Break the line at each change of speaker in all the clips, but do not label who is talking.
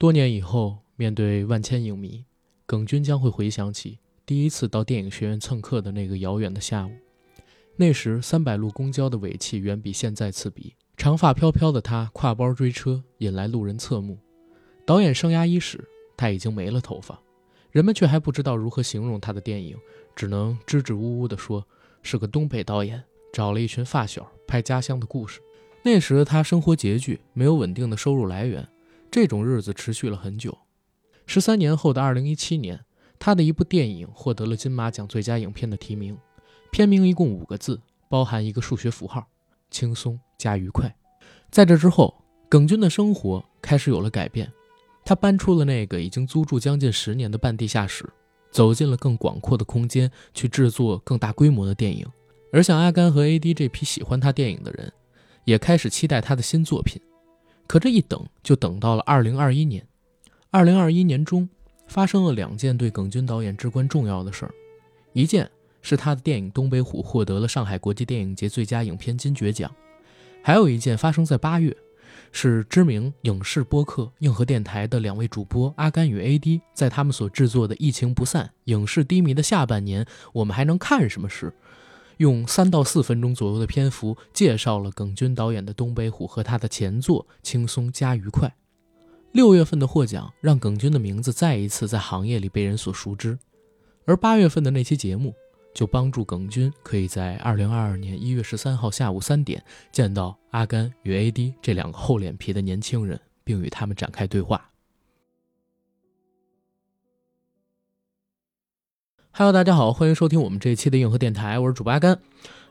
多年以后，面对万千影迷，耿军将会回想起第一次到电影学院蹭课的那个遥远的下午。那时，三百路公交的尾气远比现在刺鼻。长发飘飘的他挎包追车，引来路人侧目。导演生涯伊始，他已经没了头发，人们却还不知道如何形容他的电影，只能支支吾吾地说是个东北导演，找了一群发小拍家乡的故事。那时他生活拮据，没有稳定的收入来源，这种日子持续了很久。十三年后的二零一七年，他的一部电影获得了金马奖最佳影片的提名，片名一共五个字，包含一个数学符号：轻松加愉快。在这之后，耿军的生活开始有了改变。他搬出了那个已经租住将近十年的半地下室，走进了更广阔的空间，去制作更大规模的电影。而像阿甘和 AD 这批喜欢他电影的人，也开始期待他的新作品。可这一等就等到了2021年。2021年中发生了两件对耿军导演至关重要的事儿，一件是他的电影《东北虎》获得了上海国际电影节最佳影片金爵奖，还有一件发生在八月，是知名影视播客硬核电台的两位主播阿甘与 AD 在他们所制作的《疫情不散：影视低迷的下半年，我们还能看什么时》用三到四分钟左右的篇幅介绍了耿军导演的《东北虎》和他的前作《轻松加愉快》。六月份的获奖让耿军的名字再一次在行业里被人所熟知，而八月份的那期节目就帮助耿军可以在二零二二年一月十三号下午三点见到阿甘与 AD 这两个厚脸皮的年轻人，并与他们展开对话。Hello，大家好，欢迎收听我们这一期的硬核电台，我是主播阿甘，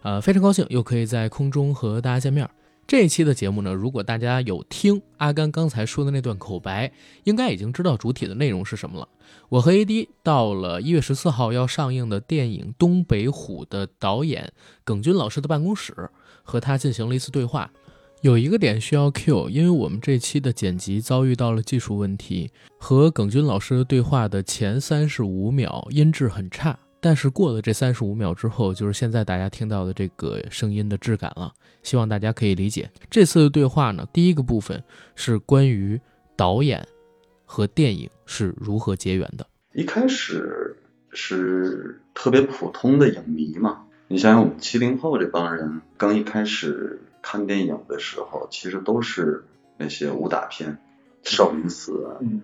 呃，非常高兴又可以在空中和大家见面儿。这一期的节目呢，如果大家有听阿甘刚才说的那段口白，应该已经知道主体的内容是什么了。我和 AD 到了一月十四号要上映的电影《东北虎》的导演耿军老师的办公室，和他进行了一次对话。有一个点需要 Q，因为我们这期的剪辑遭遇到了技术问题，和耿军老师对话的前三十五秒音质很差，但是过了这三十五秒之后，就是现在大家听到的这个声音的质感了。希望大家可以理解。这次的对话呢，第一个部分是关于导演和电影是如何结缘的。
一开始是特别普通的影迷嘛，你想想我们七零后这帮人，刚一开始看电影的时候，其实都是那些武打片，少林寺、啊
嗯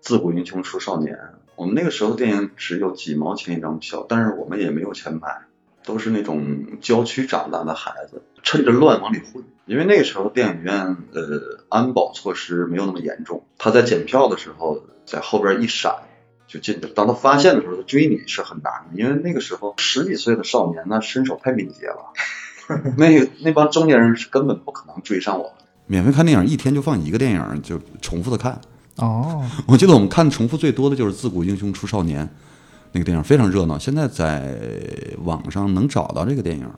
自古英雄出少年。我们那个时候电影只有几毛钱一张票，但是我们也没有钱买，都是那种郊区长大的孩子，趁着乱往里混。因为那个时候电影院呃安保措施没有那么严重，他在检票的时候在后边一闪就进去了。当他发现的时候，他追你是很难的，因为那个时候十几岁的少年呢，身手太敏捷了，那个那帮中年人是根本不可能追上我们。
免费看电影，一天就放一个电影，就重复的看。
哦，
我记得我们看重复最多的就是《自古英雄出少年》那个电影，非常热闹。现在在网上能找到这个电影，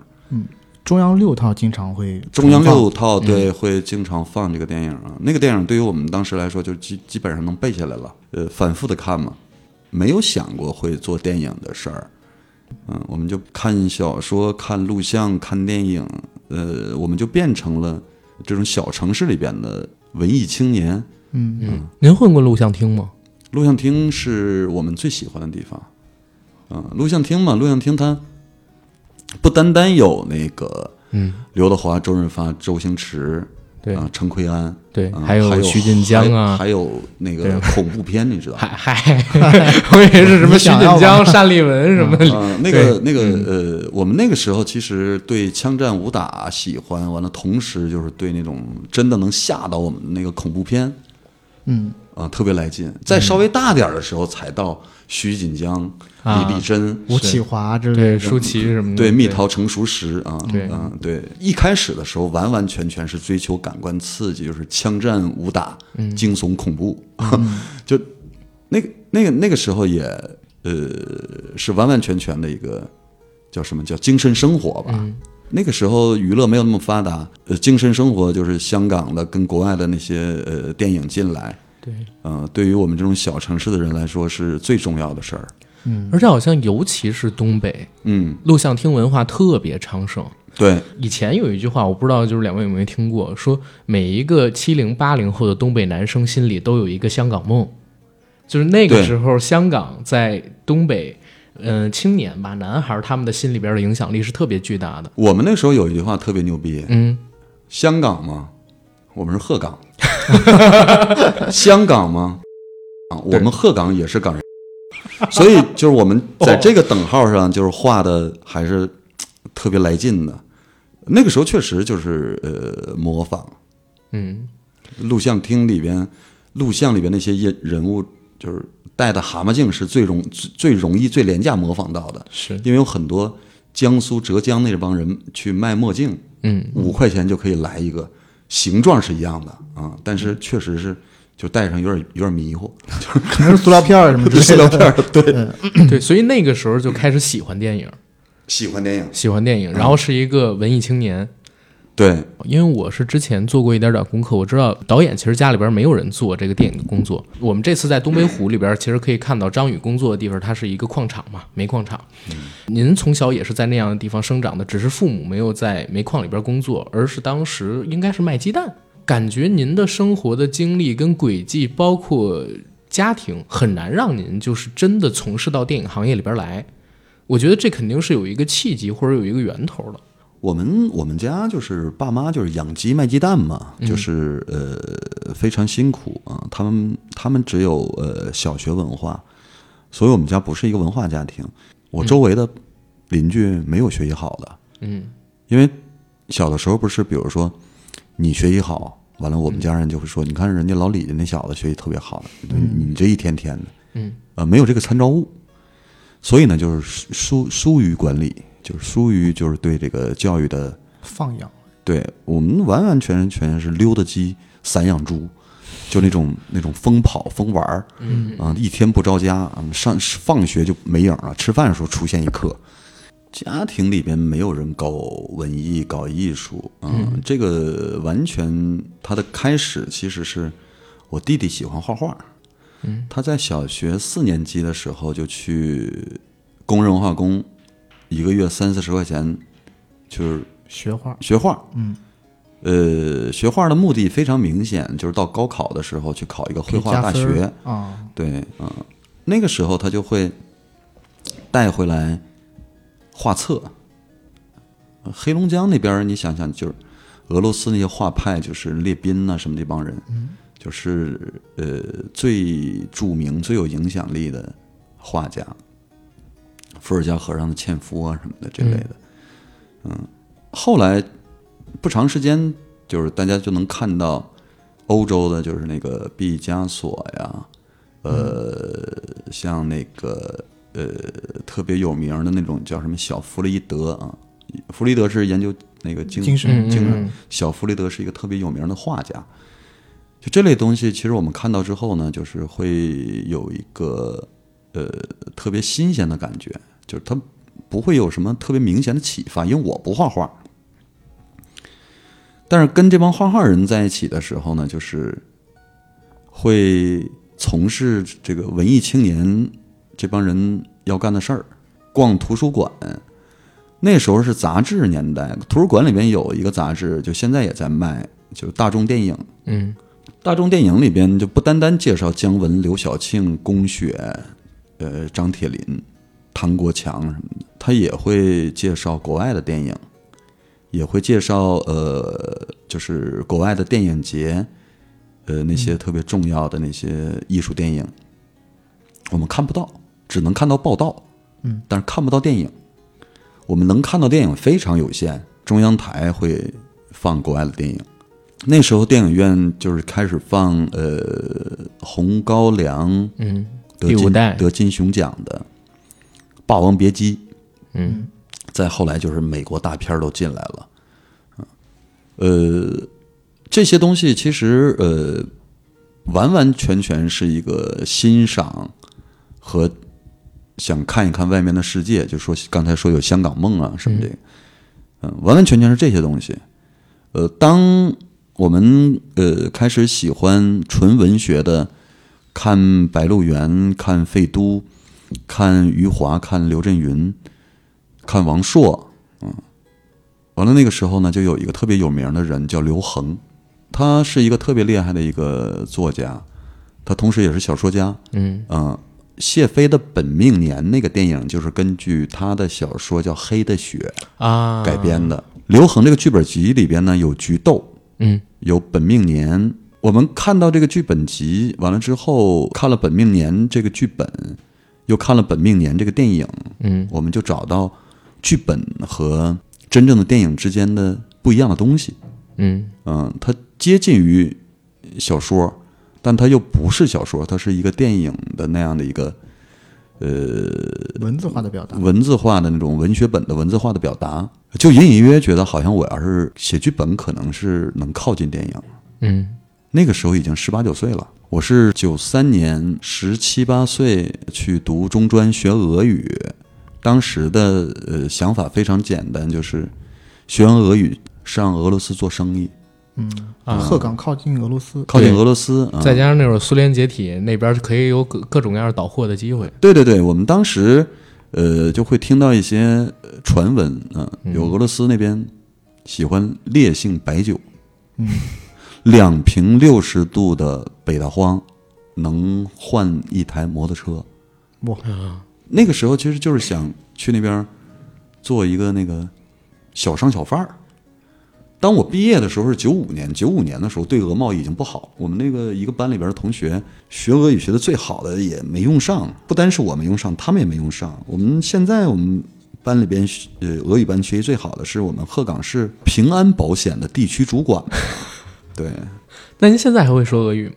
中央六套经常会
中央
重
六
放
套对会经常放这个电影啊。那个电影对于我们当时来说，就基基本上能背下来了，呃，反复的看嘛，没有想过会做电影的事儿。嗯，我们就看小说、看录像、看电影，呃，我们就变成了这种小城市里边的文艺青年。
嗯，
嗯，您混过录像厅吗？
录像厅是我们最喜欢的地方，啊、录像厅嘛，录像厅它不单单有那个
嗯，
刘德华、周润发、周星驰，
对
啊、陈奎安，
对，
啊
还
有
徐锦江啊，
还还有那个恐怖片，你知道吗？
还还，我以为是什么
你
徐
想要
锦
吧
江、单立文什么的。
啊，那个那个呃，我们那个时候其实对枪战武打喜欢，完了同时就是对那种真的能吓到我们的那个恐怖片，
嗯，
啊，特别来劲。再稍微大点儿的时候，才到徐锦江、
啊
李丽珍、
吴启华之类
对，
的，
舒淇什
嗯
么的，
对蜜桃成熟时啊，
对
嗯，对，一开始的时候完完全全是追求感官刺激，就是枪战、武打、惊悚、恐怖， 就那个那个那个时候也呃是完完全全的一个叫什么叫精神生活吧。那个时候娱乐没有那么发达，呃，精神生活就是香港的跟国外的那些呃电影进来，
对，
嗯、对于我们这种小城市的人来说是最重要的事儿。
而且好像尤其是东北
嗯，
录像厅文化特别昌盛，
对，
以前有一句话，我不知道就是两位有没有听过，说每一个七零八零后的东北男生心里都有一个香港梦，就是那个
对
时候香港在东北，嗯、青年吧，男孩儿他们的心里边的影响力是特别巨大的。
我们那时候有一句话特别牛逼，
嗯，
香港吗？我们是鹤岗。香港吗？啊，我们鹤岗也是港人，所以就是我们在这个等号上，就是画的还是嘖特别来劲的。那个时候确实就是呃模仿
嗯，
录像厅里边，录像里边那些人人物就是戴的蛤蟆镜是最容最最容易最廉价模仿到的，
是，
因为有很多江苏浙江那帮人去卖墨镜，
嗯，
五块钱就可以来一个，形状是一样的啊，但是确实是就戴上有点有点迷糊，
可 能是塑料片儿什么之类的。
塑料片儿对，
对，所以那个时候就开始喜欢电影，
喜欢电影，
喜欢电影，然后是一个文艺青年。
对，
因为我是之前做过一点点功课，我知道导演其实家里边没有人做这个电影的工作。我们这次在东北虎里边，其实可以看到张宇工作的地方，它是一个矿场嘛，煤矿场。
嗯
您从小也是在那样的地方生长的，只是父母没有在煤矿里边工作，而是当时应该是卖鸡蛋。感觉您的生活的经历跟轨迹，包括家庭，很难让您就是真的从事到电影行业里边来。我觉得这肯定是有一个契机或者有一个源头的。
我们我们家就是爸妈就是养鸡卖鸡蛋嘛，
嗯
就是呃非常辛苦啊。他们他们只有呃小学文化，所以我们家不是一个文化家庭。我周围的邻居没有学习好的，
嗯
因为小的时候不是，比如说你学习好，完了我们家人就会说，你看人家老李家那小子学习特别好，你你这一天天的，
嗯，
呃，没有这个参照物，所以呢，就是疏疏疏于管理，就是疏于就是对这个教育的，
放养，
对我们完完全全是溜达鸡、散养猪，就那种那种疯跑疯玩儿，
嗯
啊，一天不着家啊，上放学就没影儿了，吃饭的时候出现一刻。家庭里边没有人搞文艺、搞艺术，啊、嗯，这个完全它的开始其实是我弟弟喜欢画画，嗯，他在小学四年级的时候就去工人文化宫，一个月三四十块钱，就是
学画，
学画，
嗯，
呃，学画的目的非常明显，就是到高考的时候去考一个绘
可以
画
加
大
分
学，
儿啊，
对啊、那个时候他就会带回来画册。呃黑龙江那边儿，你想想，就是俄罗斯那些画派，就是列宾呐、什么这帮人，就是呃最著名、最有影响力的画家，伏尔加河上的纤夫啊什么的这类的。嗯，后来不长时间，就是大家就能看到欧洲的，就是那个毕加索呀，呃，像那个呃特别有名的那种叫什么小弗雷德啊，弗雷德是研究那个精
精神
精神
嗯嗯
小弗雷德是一个特别有名的画家。就这类东西，其实我们看到之后呢，就是会有一个呃特别新鲜的感觉，就是它不会有什么特别明显的启发，因为我不画画。但是跟这帮画画人在一起的时候呢，就是会从事这个文艺青年这帮人要干的事儿，逛图书馆。那时候是杂志年代，图书馆里面有一个杂志，就现在也在卖，就是大众电影。
嗯
大众电影里边就不单单介绍姜文、刘晓庆、龚雪、呃张铁林、唐国强什么的，他也会介绍国外的电影，也会介绍呃就是国外的电影节，呃那些特别重要的那些艺术电影，我们看不到，只能看到报道，
嗯，
但是看不到电影，我们能看到电影非常有限，中央台会放国外的电影。那时候电影院就是开始放呃《红高粱》
嗯，
得
第五
金
代
得金熊奖的《霸王别姬》，
嗯，
再后来就是美国大片儿都进来了，嗯呃，这些东西其实呃，完完全全是一个欣赏和想看一看外面的世界，就说刚才说有香港梦啊什么这个，嗯、完完全全是这些东西。呃，当我们呃开始喜欢纯文学的，看《白鹿原》、看费都、看余华、看刘震云、看王朔，嗯，完了那个时候呢，就有一个特别有名的人叫刘恒，他是一个特别厉害的一个作家，他同时也是小说家。
嗯
嗯，谢飞的《本命年》那个电影就是根据他的小说叫《黑的雪
啊》
改，编的。刘恒这个剧本集里边呢有菊豆，
嗯
有《本命年》。我们看到这个剧本集完了之后，看了《本命年》这个剧本，又看了《本命年》这个电影，
嗯
我们就找到剧本和真正的电影之间的不一样的东西。
嗯
嗯，它接近于小说，但它又不是小说，它是一个电影的那样的一个
文字化的表达，
嗯
文字化的那种文学本的文字化的表达。就隐隐约约觉得，好像我要是写剧本，可能是能靠近电影。
嗯
那个时候已经十八九岁了，我是九三年十七八岁去读中专学俄语，当时的呃想法非常简单，就是学完俄语上俄罗斯做生意，
嗯，
啊
鹤岗靠近俄罗斯，
靠近
对
俄罗斯啊。
再加上那会儿苏联解体，那边儿可以有各各种各样的倒货的机会。
对对对，我们当时呃就会听到一些呃传闻啊、
嗯
有俄罗斯那边喜欢烈性白酒，
嗯，
两瓶六十度的北大荒能换一台摩托车。
哇，
那个时候其实就是想去那边儿做一个那个小商小贩儿。当我毕业的时候是九五年，九五年的时候对俄贸易已经不好，我们那个一个班里边的同学学俄语学的最好的也没用上，不单是我没用上，他们也没用上。我们现在我们班里边学呃俄语班学习最好的是我们鹤岗市平安保险的地区主管，对，
那您现在还会说俄语吗？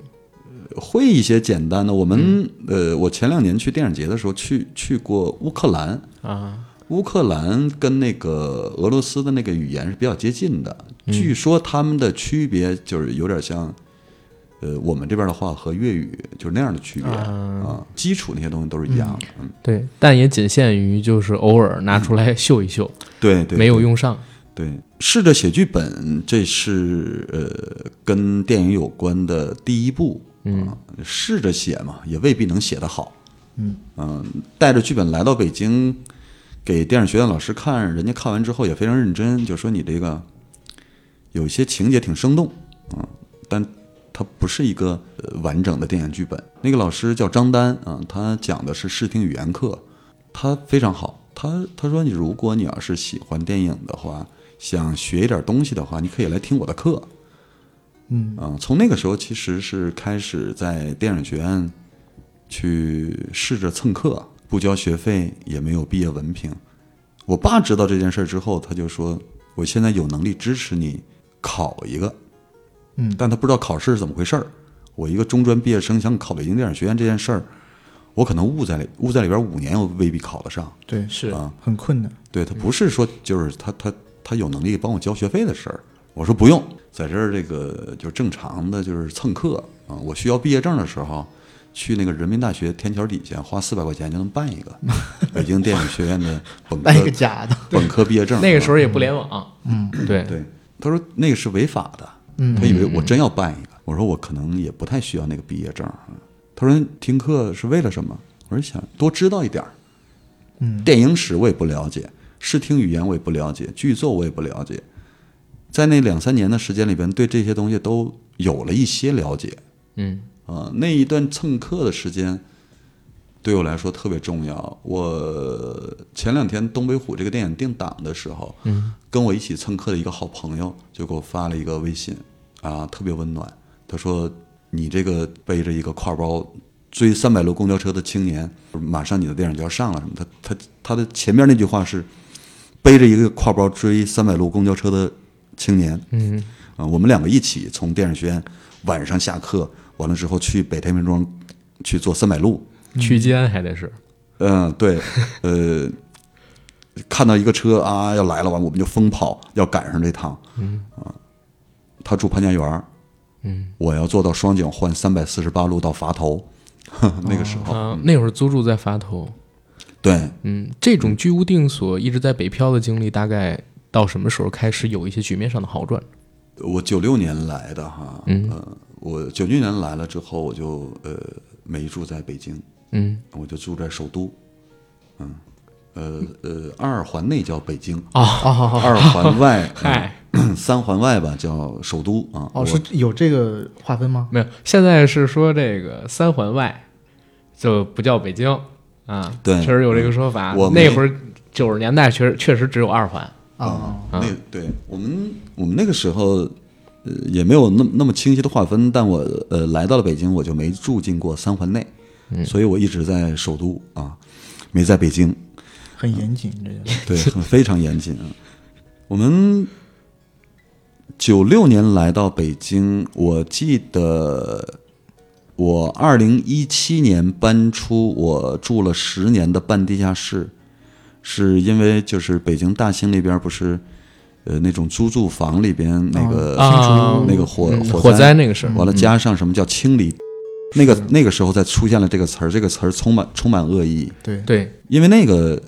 会一些简单的。我们、呃，我前两年去电影节的时候去去过乌克兰，
啊，
乌克兰跟那个俄罗斯的那个语言是比较接近的，据说他们的区别就是有点像，呃，我们这边的话和粤语就是那样的区别啊、基础那些东西都是一样的。嗯，
对，但也仅限于就是偶尔拿出来秀一秀，
对对，
没有用上。
对，试着写剧本，这是呃跟电影有关的第一步。嗯、试着写嘛，也未必能写得好。
嗯
带着剧本来到北京，给电影学院老师看，人家看完之后也非常认真，就说你这个有些情节挺生动啊、但它不是一个呃完整的电影剧本。那个老师叫张丹啊、他讲的是视听语言课，他非常好。他他说你如果你要是喜欢电影的话，想学一点东西的话，你可以来听我的课。
嗯
啊、从那个时候其实是开始在电影学院去试着蹭课，不交学费，也没有毕业文凭。我爸知道这件事儿之后，他就说：“我现在有能力支持你考一个，
嗯
但他不知道考试是怎么回事儿。我一个中专毕业生想考北京电影学院这件事儿，我可能误在里误在里边五年，我未必考得上。啊
对，
是
很困难，
对他不是说就是他他他有能力帮我交学费的事儿，我说不用，在这儿这个就正常的就是蹭课啊，我需要毕业证的时候，去那个人民大学天桥底下花四百块钱就能办一个 北京电影学院的本科
办一个哎假的，
本科毕业证，
那个时
候
候也不联网，嗯，对，嗯
对他说那个是违法的，他以为我真要办一个，我说我可能也不太需要那个毕业证，他说听课是为了什么？我说想多知道一点儿。
嗯
电影史我也不了解，视听语言我也不了解，剧作我也不了解。在那两三年的时间里边，对这些东西都有了一些了解
嗯
啊、那一段蹭课的时间，对我来说特别重要。我前两天《东北虎》这个电影定档的时候，
嗯，
跟我一起蹭课的一个好朋友就给我发了一个微信，啊，特别温暖。他说：“你这个背着一个挦包追三百路公交车的青年，马上你的电影就要上了什么？”他他他的前面那句话是背着一个挎包追三百路公交车的青年。
嗯
啊，我们两个一起从电影学院晚上下课完了之后去北太平庄去做三百路。
区间还得是，
嗯，对，呃，看到一个车啊要来了，完我们就疯跑，要赶上这趟。嗯啊，他住潘家园儿，
嗯，
我要坐到双井换三百四十八路到垡头， 那个时候，
啊，那会儿租住在垡头，
对，
嗯，这种居无定所一直在北漂的经历，大概到什么时候开始有一些局面上的好转？
我九六年来的哈，
嗯
呃我九六年来了之后，我就呃没住在北京，
嗯
我就住在首都，嗯，呃呃，二环内叫北京，
啊，哎
哦
二环外，
嗨，
嗯三环外吧叫首都啊。
哦，
我
是有这个划分吗？
没有，现在是说这个三环外就不叫北京啊，
对
确实有这个说法。
嗯我
那
没
会儿九十年代确实确实只有二环，
啊，
那个对我们我们那个时候。呃，也没有那么那么清晰的划分，但我呃来到了北京，我就没住进过三环内，所以我一直在首都啊，没在北京。
很严谨，这个
对，很非常严谨啊。我们九六年来到北京，我记得我二零一七年搬出我住了十年的半地下室，是因为就是北京大兴那边不是呃那种租住房里边那个、
啊
那个火、
嗯
火
火灾那个事儿，
完了加上什么叫清理。那个那个时候才出现了这个词儿，这个词儿充满充满恶意。
对
对，
因为那个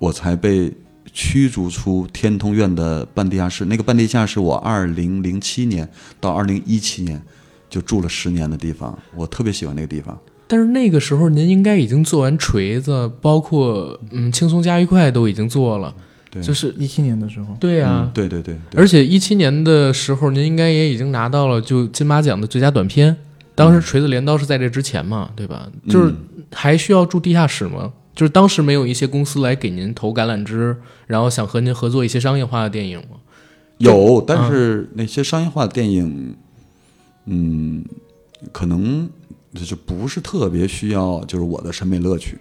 我才被驱逐出天通苑的半地下室。那个半地下室，我二零零七年到二零一七年就住了十年的地方，我特别喜欢那个地方。
但是那个时候您应该已经做完锤子，包括嗯轻松加愉快都已经做了，
对
就是
一七年的时候，
对呀、
嗯对对对，对
而且一七年的时候您应该也已经拿到了就金马奖的最佳短片，当
嗯
时锤子镰刀是在这之前嘛，对吧？就是还需要住地下室吗？就是当时没有一些公司来给您投橄榄枝，然后想和您合作一些商业化的电影吗？
有，但是那些商业化的电影，嗯，可能就不是特别需要，就是我的审美乐趣。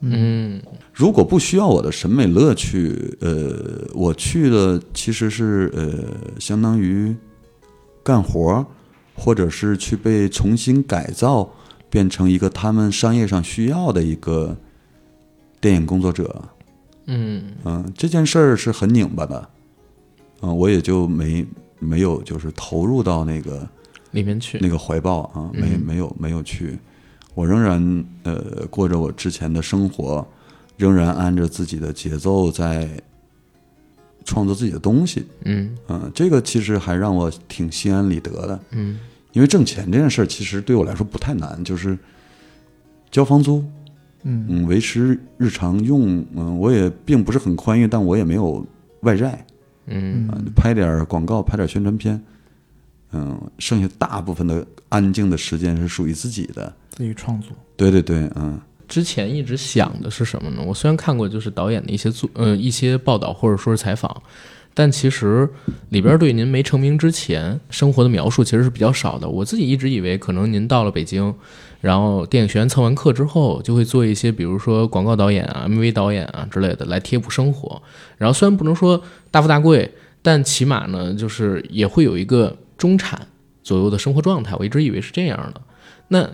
嗯
如果不需要我的审美乐趣，呃，我去的其实是呃，相当于干活儿，或者是去被重新改造，变成一个他们商业上需要的一个电影工作者。
嗯
嗯，这件事儿是很拧巴的，嗯，我也就没没有就是投入到那个
里面去，
那个怀抱啊，没没有没有去，我仍然呃过着我之前的生活，仍然按着自己的节奏在创作自己的东西，
嗯
嗯，这个其实还让我挺心安理得的，
嗯
因为挣钱这件事儿其实对我来说不太难，就是交房租，
嗯
嗯，维持日常用，嗯，我也并不是很宽裕，但我也没有外债，啊
嗯
嗯
拍点儿广告，拍点儿宣传片，嗯，剩下大部分的安静的时间是属于自己的。
自己创作，
对对对，嗯，
之前一直想的是什么呢？我虽然看过就是导演的一些作呃一些报道或者说是采访，但其实里边对您没成名之前生活的描述其实是比较少的。我自己一直以为可能您到了北京，然后电影学院蹭完课之后，就会做一些比如说广告导演啊、MV 导演啊之类的来贴补生活。然后虽然不能说大富大贵，但起码呢就是也会有一个中产左右的生活状态。我一直以为是这样的。那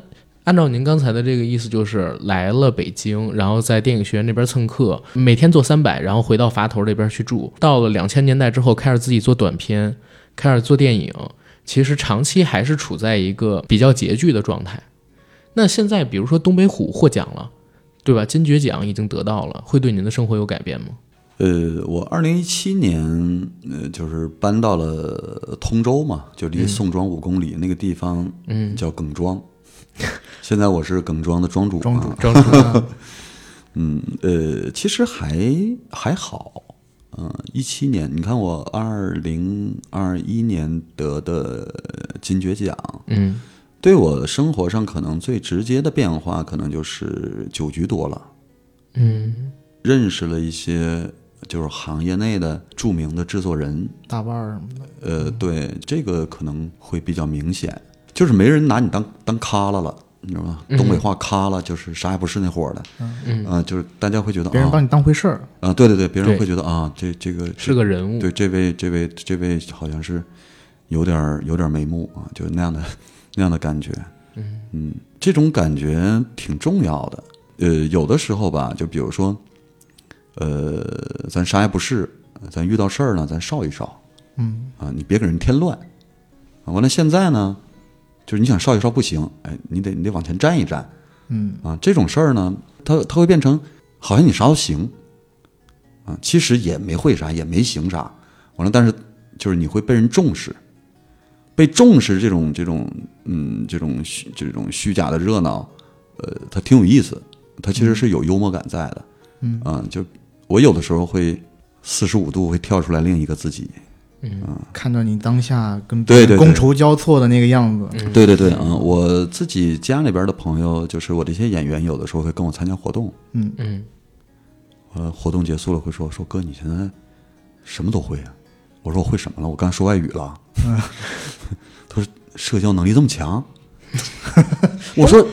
按照您刚才的这个意思，就是来了北京，然后在电影学院那边蹭课，每天做三百，然后回到垡头这边去住。到了两千年代之后，开始自己做短片，开始做电影，其实长期还是处在一个比较拮据的状态。那现在，比如说东北虎获奖了，对吧？金爵奖已经得到了，会对您的生活有改变吗？
呃，我二零一七年，呃，就是搬到了通州嘛，就离宋庄五公里那个地方，
嗯，
叫耿庄。现在我是耿庄的庄主、啊，
嗯庄主
张主任
嗯，呃，其实还还好，嗯、1一七年，你看我二零二一年得的金爵奖，
嗯
对我生活上可能最直接的变化，可能就是酒局多了，
嗯
认识了一些就是行业内的著名的制作人。
大腕儿什么的，
呃，对，这个可能会比较明显，就是没人拿你当当咖了了，你知道吗？东北话咖了就是啥也不是那伙儿的，
嗯，
啊，就是大家会觉得
别人
啊
把你当回事儿，
啊，对对对，别人
对
会觉得啊，这这个
是个人物，
对这位这位这位好像是有点儿有点儿眉目啊，就是那样的那样的感觉。
嗯
这种感觉挺重要的。呃，有的时候吧，就比如说，呃，咱啥也不是，咱遇到事儿呢，咱少一少
嗯
啊，你别给人添乱。啊，完了现在呢，就是你想少一少不行，哎，你得你得往前站一站
嗯
啊。这种事儿呢，它它会变成好像你啥都行啊，其实也没会啥，也没行啥。完了，但是就是你会被人重视，被重视这种这种嗯这种虚这种虚假的热闹，呃，它挺有意思，它其实是有幽默感在的。
嗯
啊、就我有的时候会四十五度会跳出来另一个自己，
嗯
看到你当下跟
嗯
别
对对
人
对
觥筹交错的那个样子，
对对对，嗯，我自己家里边的朋友，就是我的一些演员，有的时候会跟我参加活动，
嗯
嗯
呃，活动结束了会说说哥，你现在什么都会啊？我说我会什么了？我刚说外语了。
嗯
他说社交能力这么强？ 我说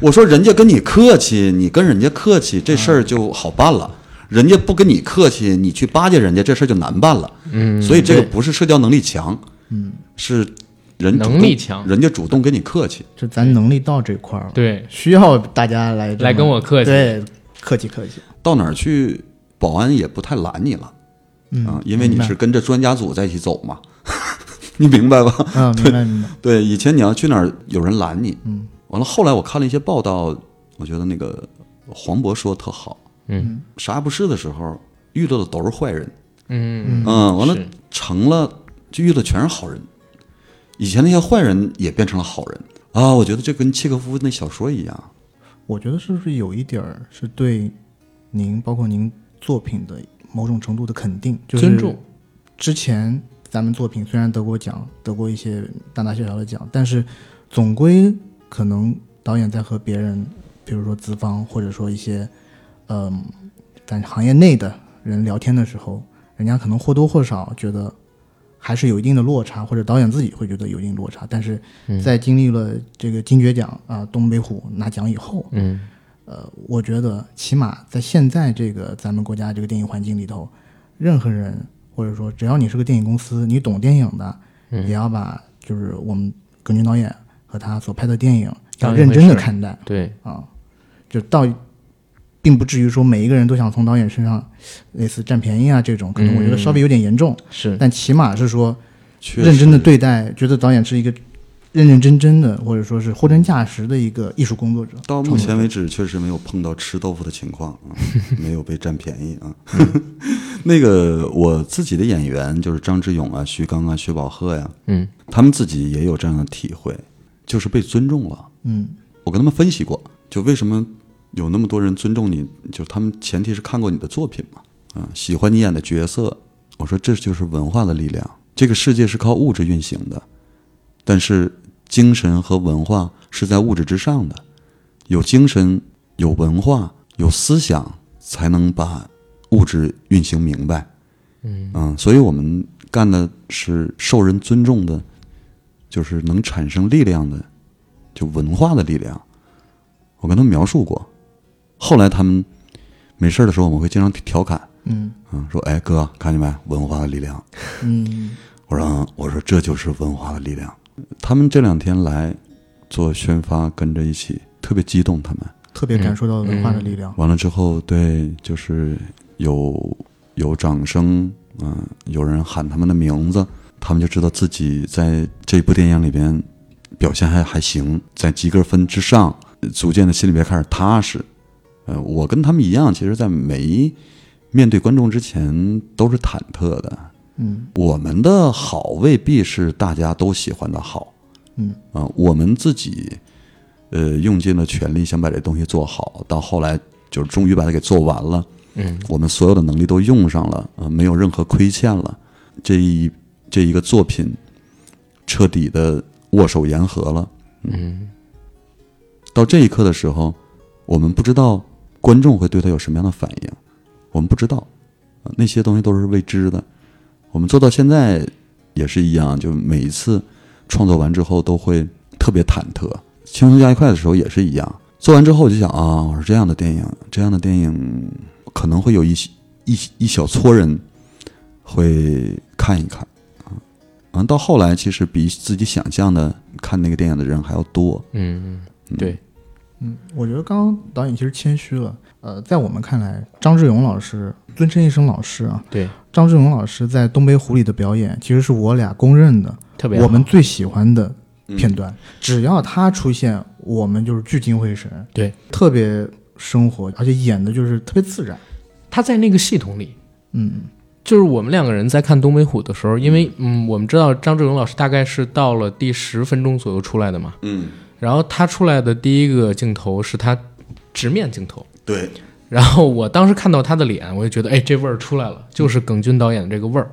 我说人家跟你客气，你跟人家客气，这事儿
嗯
就好办了。人家不跟你客气，你去巴结人家，这事儿就难办了。
嗯，
所以这个
对
不是社交能力强，
嗯，
是人主
能
动
力强
人家主动跟你客气。
就咱能力到这块儿了，，
对
需要大家来这么
来跟我客气
对，客气客气，
到哪儿去，保安也不太拦你了
嗯
啊，因为你
明白
是跟着专家组在一起走嘛， 你明白吧？
嗯，明白明白，
对，以前你要去哪儿，有人拦你，
嗯，
完了后来我看了一些报道，我觉得那个黄渤说的特好，
嗯，
啥也不是的时候遇到的都是坏人，
嗯
嗯，完了
是
成了就遇到全是好人，以前那些坏人也变成了好人啊，我觉得这跟契诃夫那小说一样，
我觉得是不是有一点儿是对您，包括您作品的某种程度的肯定，就是
尊重。
之前咱们作品虽然得过奖，得过一些大大小小的奖，但是总归可能导演在和别人，比如说资方或者说一些，嗯、咱行业内的人聊天的时候，人家可能或多或少觉得还是有一定的落差，或者导演自己会觉得有一定落差。但是在经历了这个金爵奖啊、东北虎拿奖以后，
嗯
呃，我觉得起码在现在这个咱们国家这个电影环境里头，任何人或者说只要你是个电影公司，你懂电影的，
嗯
也要把就是我们耿军导演和他所拍的电影要
当一回
认真的
事儿
看待
对，
啊，就到并不至于说每一个人都想从导演身上类似占便宜啊这种，可能我觉
嗯
得稍微有点严重，
是
但起码是说
确
认真的
实
对待，觉得导演是一个认认真真的或者说是货真价实的一个艺术工作者。
到目前为止，确实没有碰到吃豆腐的情况 啊，没有被占便宜啊。 那个我自己的演员就是张志勇啊、徐刚啊、薛宝鹤呀、
嗯
他们自己也有这样的体会，就是被尊重了。
嗯
我跟他们分析过，就为什么有那么多人尊重你，就他们前提是看过你的作品嘛，啊，喜欢你演的角色。我说这就是文化的力量，这个世界是靠物质运行的，但是精神和文化是在物质之上的，有精神、有文化、有思想，才能把物质运行明白。
嗯
嗯，所以我们干的是受人尊重的，就是能产生力量的，就文化的力量。我跟他们描述过，后来他们没事儿的时候，我们会经常调侃，
嗯
嗯，说：“哎，哥，看见没，文化的力量。”
嗯。
我说嗯：“我说这就是文化的力量。”他们这两天来做宣发，跟着一起，特别激动。他们
特别感受到文化
嗯
的力量。
完了之后，对，就是有有掌声，嗯、有人喊他们的名字，他们就知道自己在这部电影里边表现还还行，在及格分之上，呃逐渐的心里边开始踏实。呃，我跟他们一样，其实，在每一面对观众之前都是忐忑的。
嗯
我们的好未必是大家都喜欢的好，
嗯
啊、我们自己呃用尽了全力想把这东西做好，到后来就是终于把它给做完了，
嗯
我们所有的能力都用上了，啊、没有任何亏欠了，这一这一个作品彻底的握手言和了。
嗯
到这一刻的时候，我们不知道观众会对他有什么样的反应，我们不知道，呃那些东西都是未知的。我们做到现在也是一样，就每一次创作完之后都会特别忐忑。轻松加一块的时候也是一样，做完之后我就想啊，我说这样的电影，这样的电影可能会有一些一一小撮人会看一看啊。完到后来，其实比自己想象的看那个电影的人还要多。
嗯，对，
嗯，我觉得刚刚导演其实谦虚了。呃，在我们看来，张志勇老师、尊称一声老师啊，
对，
张志勇老师在《东北虎》里的表演，其实是我俩公认的
特别
我们
好嗯
最喜欢的片段。只要他出现，我们就是聚精会神，
对，
特别生活，而且演的就是特别自然。
他在那个系统里，
嗯，
就是我们两个人在看东北虎的时候，因为嗯，我们知道张志勇老师大概是到了第十分钟左右出来的嘛，
嗯，
然后他出来的第一个镜头是他直面镜头，
对，
然后我当时看到他的脸，我就觉得，哎，这味儿出来了，就是耿军导演的这个味儿。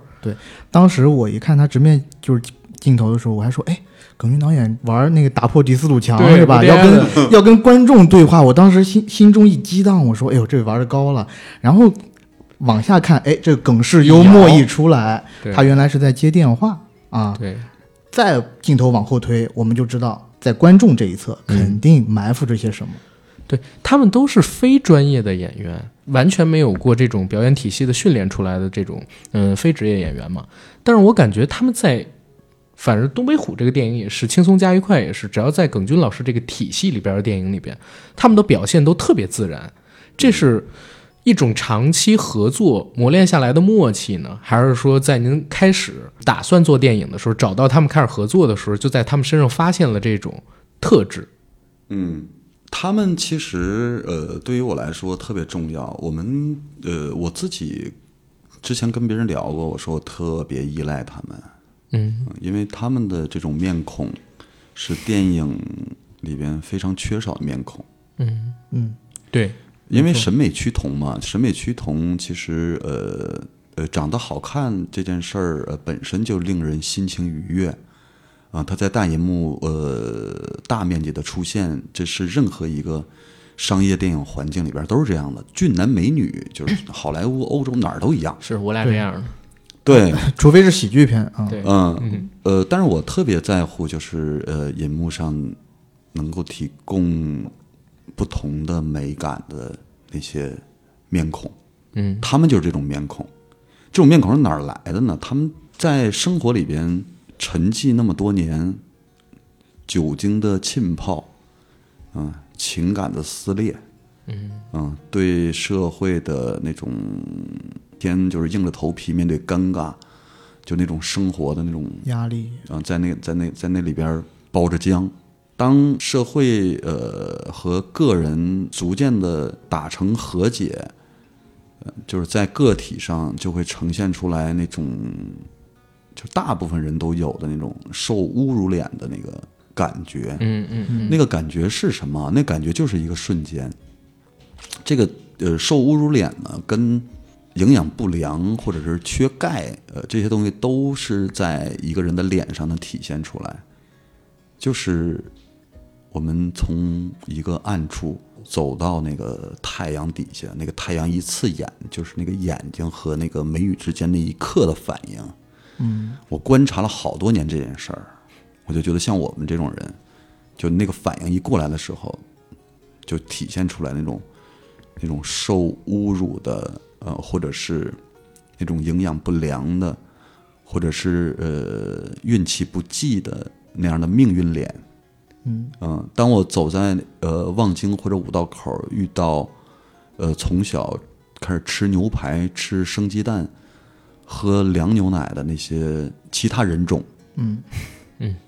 当时我一看他直面就是镜头的时候，我还说，哎，耿军导演玩那个打破第四堵墙
对
是吧？
不
要
颠
跟 要跟观众对话，我当时心心中一激荡，我说，哎呦，这玩的高了。然后往下看，哎，这耿氏幽默一出来
对，
他原来是在接电话啊。
对，
再镜头往后推，我们就知道在观众这一侧
嗯
肯定埋伏着些什么。
对他们都是非专业的演员，完全没有过这种表演体系的训练出来的这种嗯、呃非职业演员嘛。但是我感觉他们在，反正《东北虎》这个电影也是轻松加愉快，也是只要在耿军老师这个体系里边的电影里边，他们的表现都特别自然，这是。一种长期合作磨练下来的默契呢，还是说在您开始打算做电影的时候，找到他们开始合作的时候，就在他们身上发现了这种特质？
嗯，他们其实呃，对于我来说特别重要。我们呃，我自己之前跟别人聊过，我说我特别依赖他们，
嗯
嗯因为他们的这种面孔是电影里边非常缺少的面孔。
嗯，
嗯，
对，
因为审美趋同嘛，审美趋同其实呃呃，长得好看这件事儿呃本身就令人心情愉悦啊、它在大银幕呃大面积的出现，这是任何一个商业电影环境里边都是这样的，俊男美女就是好莱坞、欧洲哪儿都一样。
是我俩这样的。
对，
除非是喜剧片啊。
嗯对，
嗯呃，但是我特别在乎就是呃，银幕上能够提供不同的美感的那些面孔。
嗯
他们就是这种面孔。这种面孔是哪儿来的呢？他们在生活里边沉寂那么多年，酒精的浸泡，嗯，情感的撕裂，嗯对社会的那种天就是硬着头皮面对尴尬，就那种生活的那种
压力，
啊，在那在那在那里边儿包着浆。当社会呃和个人逐渐的打成和解，呃，就是在个体上就会呈现出来那种，就大部分人都有的那种受侮辱脸的那个感觉。
嗯嗯
那个感觉是什么？那感觉就是一个瞬间。这个呃，受侮辱脸呢，跟营养不良或者是缺钙，呃，这些东西都是在一个人的脸上能体现出来。就是我们从一个暗处走到那个太阳底下，那个太阳一刺眼，就是那个眼睛和那个眉宇之间那一刻的反应。嗯，我观察了好多年这件事儿，我就觉得像我们这种人，就那个反应一过来的时候，就体现出来那种那种受侮辱的，呃，或者是那种营养不良的，或者是呃运气不济的那样的命运脸。
嗯
嗯，当我走在呃望京或者五道口遇到，呃从小开始吃牛排、吃生鸡蛋、喝凉牛奶的那些其他人种，
嗯，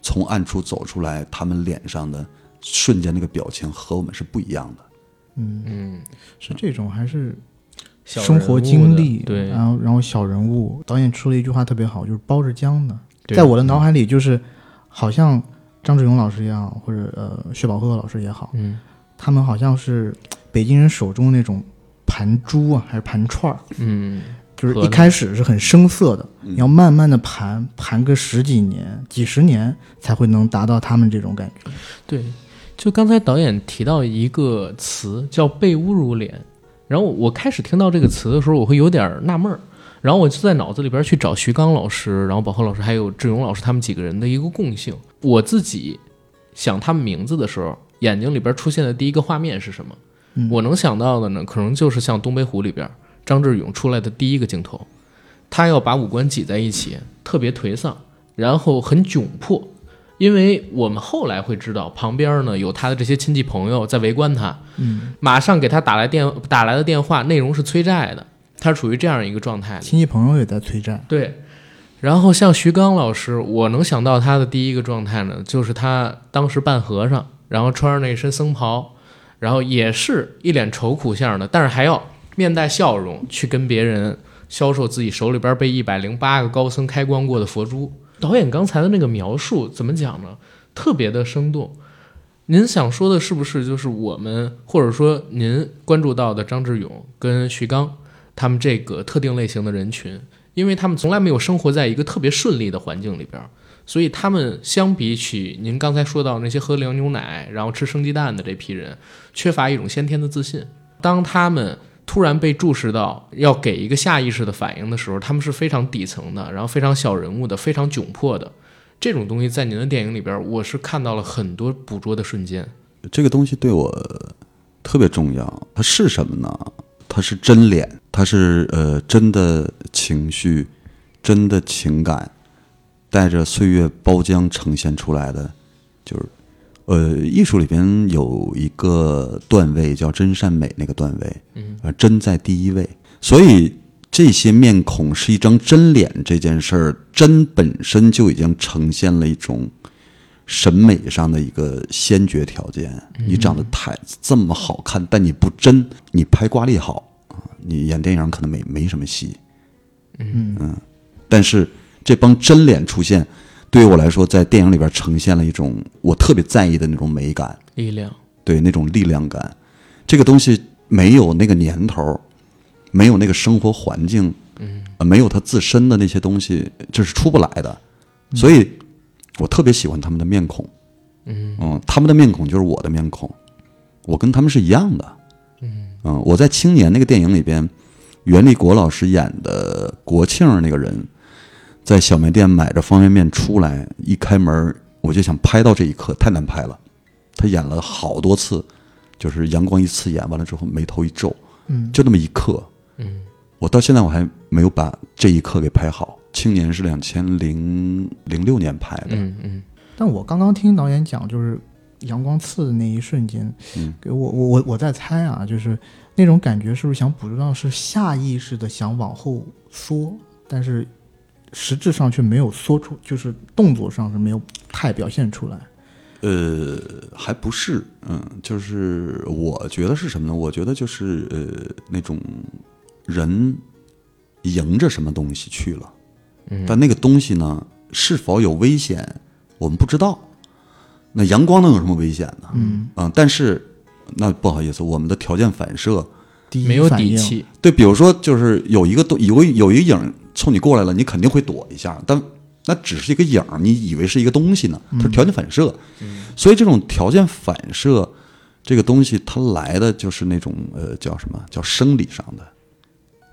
从暗处走出来，他们脸上的瞬间那个表情和我们是不一样的。
嗯，
是这种还是
小
生活经
人物
历，啊
的对
然后然后小人物，导演说了一句话特别好，就是包着浆的，
对
在我的脑海里就是好像张志勇老师一样，或者呃薛宝鹤老师也好，
嗯
他们好像是北京人手中那种盘珠啊，还是盘串儿，
嗯，
就是
和
一
那
开始是很生涩的，你要慢慢的盘盘个十几年、几十年，才会能达到他们这种感觉。
对。就刚才导演提到一个词叫“被侮辱脸”，然后我开始听到这个词的时候，我会有点儿纳闷儿，然后我就在脑子里边去找徐刚老师，然后宝贺老师还有志勇老师他们几个人的一个共性。我自己想他们名字的时候，眼睛里边出现的第一个画面是什么？
嗯
我能想到的呢，可能就是像《东北虎》里边张志勇出来的第一个镜头，他要把五官挤在一起，特别颓丧，然后很窘迫。因为我们后来会知道，旁边呢有他的这些亲戚朋友在围观他，
嗯，
马上给他打来电打来的电话，内容是催债的，他是处于这样一个状态的。
亲戚朋友也在催债，
对，然后像徐刚老师，我能想到他的第一个状态呢，就是他当时扮和尚，然后穿着那身僧袍，然后也是一脸愁苦相的，但是还要面带笑容去跟别人销售自己手里边被一百零八个高僧开光过的佛珠。导演刚才的那个描述怎么讲呢？特别的生动。您想说的是不是就是我们，或者说您关注到的张志勇跟徐刚他们这个特定类型的人群，因为他们从来没有生活在一个特别顺利的环境里边儿，所以他们相比起您刚才说到那些喝凉牛奶然后吃生鸡蛋的这批人，缺乏一种先天的自信。当他们突然被注视到要给一个下意识的反应的时候，他们是非常底层的，然后非常小人物的，非常窘迫的。这种东西在您的电影里边，我是看到了很多捕捉的瞬间。
这个东西对我特别重要。它是什么呢？它是真脸，它是呃真的情绪，真的情感，带着岁月包浆呈现出来的，就是呃艺术里边有一个段位叫真善美那个段位，嗯，呃真在第一位，所以。这些面孔是一张真脸，这件事儿真本身就已经呈现了一种审美上的一个先决条件。你长得太这么好看，但你不真，你拍挂历好啊，你演电影可能没没什么戏。
嗯
嗯，但是这帮真脸出现，对于我来说，在电影里边呈现了一种我特别在意的那种美感，
力量，
对那种力量感。这个东西没有那个年头儿，没有那个生活环境，嗯、没有他自身的那些东西，这是出不来的。所以，我特别喜欢他们的面孔，嗯他们的面孔就是我的面孔，我跟他们是一样的。嗯我在《青年》那个电影里边，袁立国老师演的国庆那个人，在小卖店买着方便面出来，一开门我就想拍到这一刻，太难拍了。他演了好多次，就是阳光一刺眼，完了之后眉头一皱，
嗯，
就那么一刻，
嗯，
我到现在我还没有把这一刻给拍好。青年是两千零零六年拍的，
嗯嗯，
但我刚刚听导演讲，就是阳光刺的那一瞬间，
嗯
给我我我我在猜啊，就是那种感觉是不是想捕捉到是下意识的想往后缩，但是实质上却没有缩出，就是动作上是没有太表现出来。
呃，还不是，嗯，就是我觉得是什么呢？我觉得就是呃，那种人迎着什么东西去了，
嗯
但那个东西呢，是否有危险，我们不知道。那阳光能有什么危险呢？
嗯，
嗯，但是那不好意思，我们的条件反射，
第一
没有
反
底
应，
气，
对，比如说就是有一个东有有一个影儿冲你过来了，你肯定会躲一下，但那只是一个影儿，你以为是一个东西呢，它是条件反射，所以这种条件反射这个东西，它来的就是那种呃叫什么叫生理上的，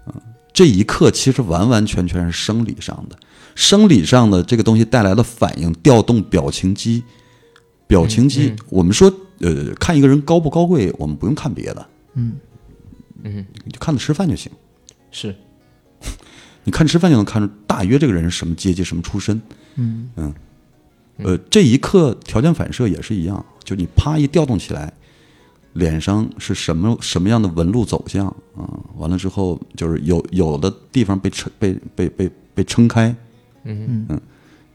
嗯，这一刻其实完完全全是生理上的，生理上的这个东西带来的反应调动表情肌，表情肌，我们说呃看一个人高不高贵，我们不用看别的，
嗯
嗯，
你就看他吃饭就行。
是，
你看吃饭就能看出大约这个人是什么阶级、什么出身。
嗯
呃，这一刻条件反射也是一样，就你啪一调动起来，脸上是什么什么样的纹路走向啊？完了之后就是有有的地方被撑被被被被撑开，
嗯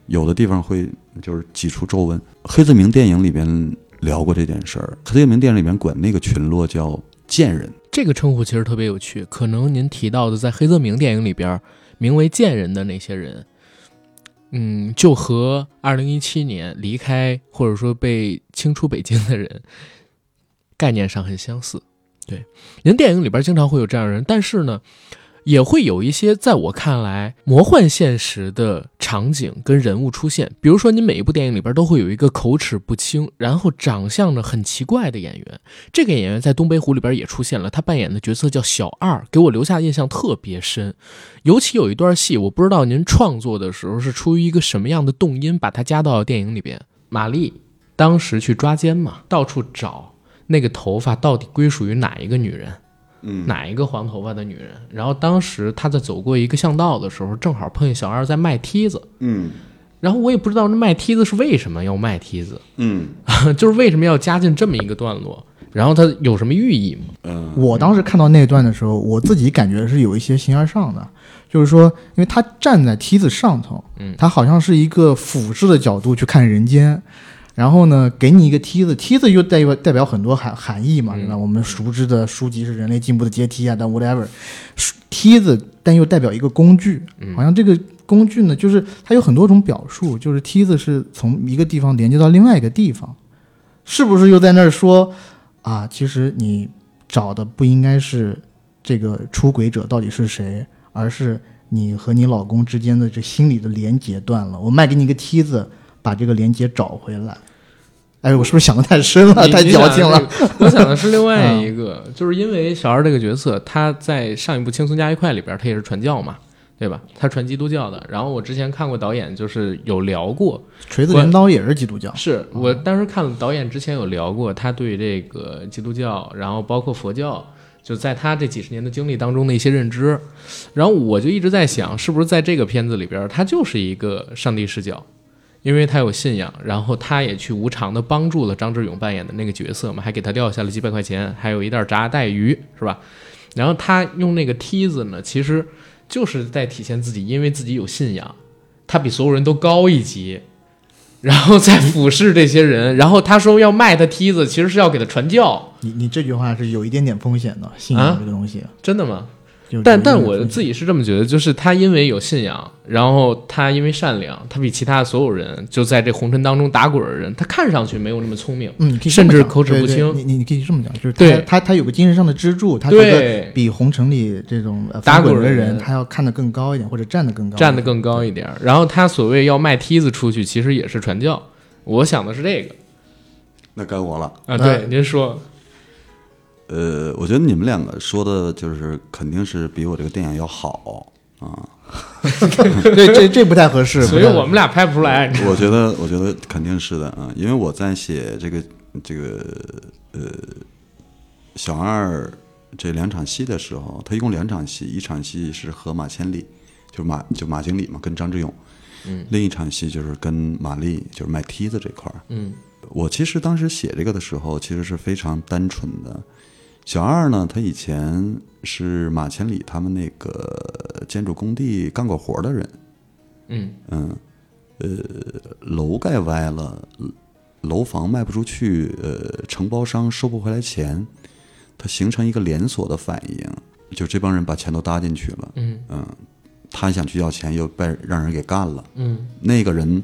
有的地方会就是挤出皱纹。黑泽明电影里边聊过这件事儿，黑泽明电影里边管那个群落叫贱人。
这个称呼其实特别有趣。可能您提到的在黑泽明电影里边名为贱人的那些人，嗯，就和二零一七年离开或者说被清出北京的人概念上很相似。对，您电影里边经常会有这样的人，但是呢，也会有一些在我看来魔幻现实的场景跟人物出现。比如说，您每一部电影里边都会有一个口齿不清，然后长相呢很奇怪的演员。这个演员在《东北虎》里边也出现了，他扮演的角色叫小二，给我留下印象特别深。尤其有一段戏，我不知道您创作的时候是出于一个什么样的动因，把它加到电影里边。玛丽当时去抓奸嘛，到处找那个头发到底归属于哪一个女人，
嗯
哪一个黄头发的女人。然后当时她在走过一个巷道的时候，正好碰见小二在卖梯子，
嗯
然后我也不知道那卖梯子是为什么要卖梯子，
嗯
就是为什么要加进这么一个段落。然后它有什么寓意吗？
呃
我当时看到那一段的时候，我自己感觉是有一些形而上的，就是说，因为他站在梯子上头，
嗯
他好像是一个俯视的角度去看人间，然后呢，给你一个梯子，梯子又代表代表很多含含义嘛，
嗯
对吧？我们熟知的书籍是人类进步的阶梯啊，但 whatever，书梯子但又代表一个工具，
嗯
好像这个工具呢，就是它有很多种表述，就是梯子是从一个地方连接到另外一个地方。是不是又在那儿说啊？其实你找的不应该是这个出轨者到底是谁，而是你和你老公之间的这心理的连结断了。我卖给你一个梯子，把这个连结找回来。哎，我是不是想的太深了，
你
太矫情。了嗯
你？想的是我想的是另外一个，就是因为小二这个角色，他在上一部《青春加一块》里边，他也是传教嘛，对吧？他传基督教的。然后我之前看过导演，就是有聊过，
锤子镰刀也是基督教，
是我当时看了导演之前有聊过，他对这个基督教，然后包括佛教，就在他这几十年的经历当中的一些认知。然后我就一直在想，是不是在这个片子里边，他就是一个上帝视角，因为他有信仰，然后他也去无偿的帮助了张志勇扮演的那个角色嘛，还给他撂下了几百块钱，还有一袋炸带鱼，是吧？然后他用那个梯子呢，其实就是在体现自己，因为自己有信仰，他比所有人都高一级，然后再俯视这些人。然后他说要卖他梯子，其实是要给他传教，
你你这句话是有一点点风险的，信仰
啊
这个东西。
真的吗？
有
但
有一
但
点
我
风险
自己是这么觉得，就是他因为有信仰，然后他因为善良，他比其他所有人就在这红尘当中打滚的人，他看上去没有那么聪明，
嗯，你可以
甚
这么
至
讲
口齿
对
不
对
清
你你你可以这么讲，就是
对
他他他有个精神上的支柱，他觉
对
得比红尘里这种呃
打
翻滚
滚
的
人
人，他要看得更高一点，或者站得更高，
站得更高一点儿。然后他所谓要卖梯子出去，其实也是传教。我想的是这个
那该我了。
啊，对，您说，
呃，我觉得你们两个说的就是肯定是比我这个电影要好啊。
对对这这不太合适，
所以
不太啊
我们俩拍不出来。
我觉得，我觉得肯定是的啊，因为我在写这个这个呃小二这两场戏的时候，他一共两场戏，一场戏是和马千里，就是马就马经理嘛，跟张志勇，嗯，另一场戏就是跟马丽，就是卖梯子这块儿，
嗯
我其实当时写这个的时候，其实是非常单纯的。小二呢，他以前是马千里他们那个建筑工地干过活的人，
嗯
楼盖歪了，呃楼房卖不出去，呃，承包商收不回来钱，它形成一个连锁的反应，就这帮人把钱都搭进去了，
嗯
他想去要钱又被让人给干了，
嗯
那个人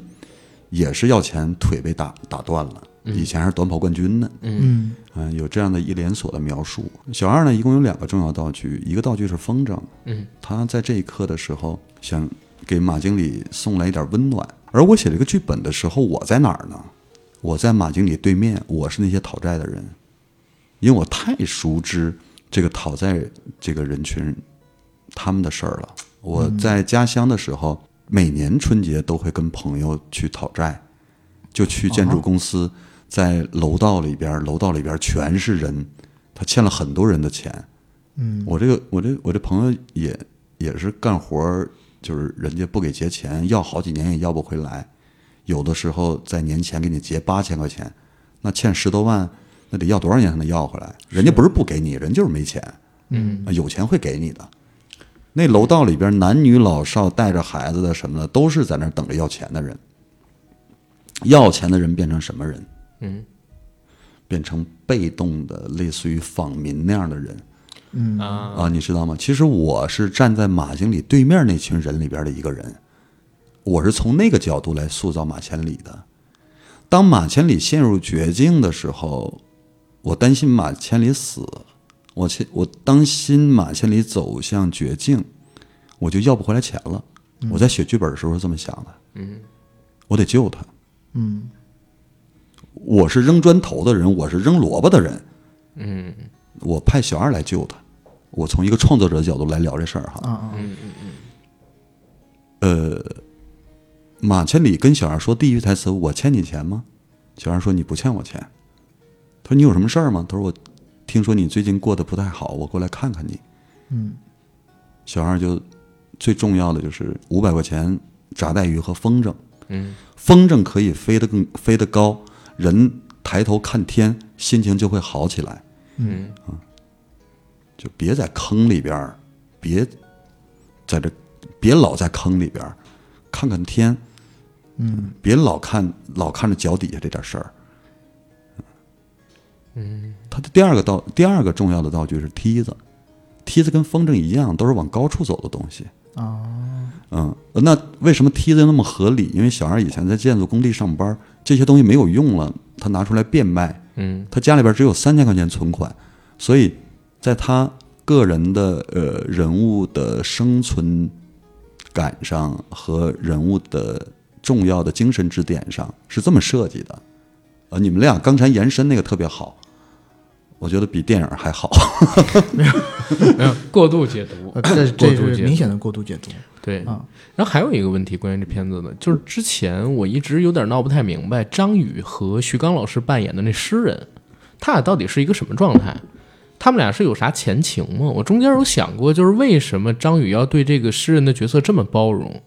也是要钱，腿被打打断了，以前还是短跑冠军呢，
嗯
嗯、有这样的一连锁的描述。小二呢，一共有两个重要道具，一个道具是风筝，
嗯，
他在这一刻的时候想给马经理送来一点温暖。而我写这个剧本的时候，我在哪儿呢？我在马经理对面，我是那些讨债的人，因为我太熟知这个讨债这个人群他们的事儿了。我在家乡的时候，每年春节都会跟朋友去讨债，就去建筑公司，在楼道里边，楼道里边全是人，他欠了很多人的钱。
嗯
我这个我这我这朋友也也是干活儿，就是人家不给结钱，要好几年也要不回来，有的时候在年前给你结八千块钱，那欠十多万，那得要多少年才能要回来？人家不是不给你，人就是没钱，
嗯
啊有钱会给你的。那楼道里边男女老少带着孩子的什么的，都是在那儿等着要钱的人。要钱的人变成什么人？
嗯
变成被动的，类似于访民那样的人。
嗯
啊，
啊，你知道吗？其实我是站在马经理对面那群人里边的一个人，我是从那个角度来塑造马千里的。当马千里陷入绝境的时候，我担心马千里死，我千我担心马千里走向绝境，我就要不回来钱了。我在写剧本的时候是这么想的，嗯，我得救他，
嗯
我是扔砖头的人，我是扔萝卜的人，
嗯
我派小二来救他。我从一个创作者的角度来聊这事儿哈，嗯
啊啊
呃马千里跟小二说第一句台词：“我欠你钱吗？”小二说：“你不欠我钱。”他说：“你有什么事儿吗？”他说：“我听说你最近过得不太好，我过来看看你。”
嗯
小二就最重要的就是五百块钱炸带鱼和风筝，
嗯
风筝可以飞得更飞得高，人抬头看天，心情就会好起来。啊
嗯
就别在坑里边儿，别在这，别老在坑里边儿，看看天，
嗯，
别老看老看着脚底下这点事儿。嗯，他的第二个道，第二个重要的道具是梯子，梯子跟风筝一样，都是往高处走的东西。
啊，
嗯，那为什么梯子那么合理？因为小孩以前在建筑工地上班，这些东西没有用了，他拿出来变卖。
嗯
他家里边只有三千块钱存款，所以在他个人的呃人物的生存感上和人物的重要的精神支点上是这么设计的。呃，你们俩刚才延伸那个特别好，我觉得比电影还好。
没有过度解读
呃，这
过
这
度
是
解
明
读
显的过度解读。
对
啊
然后还有一个问题关于这片子的，就是之前我一直有点闹不太明白，张宇和徐刚老师扮演的那诗人，他俩到底是一个什么状态？他们俩是有啥前情吗？我中间有想过，就是为什么张宇要对这个诗人的角色这么包容？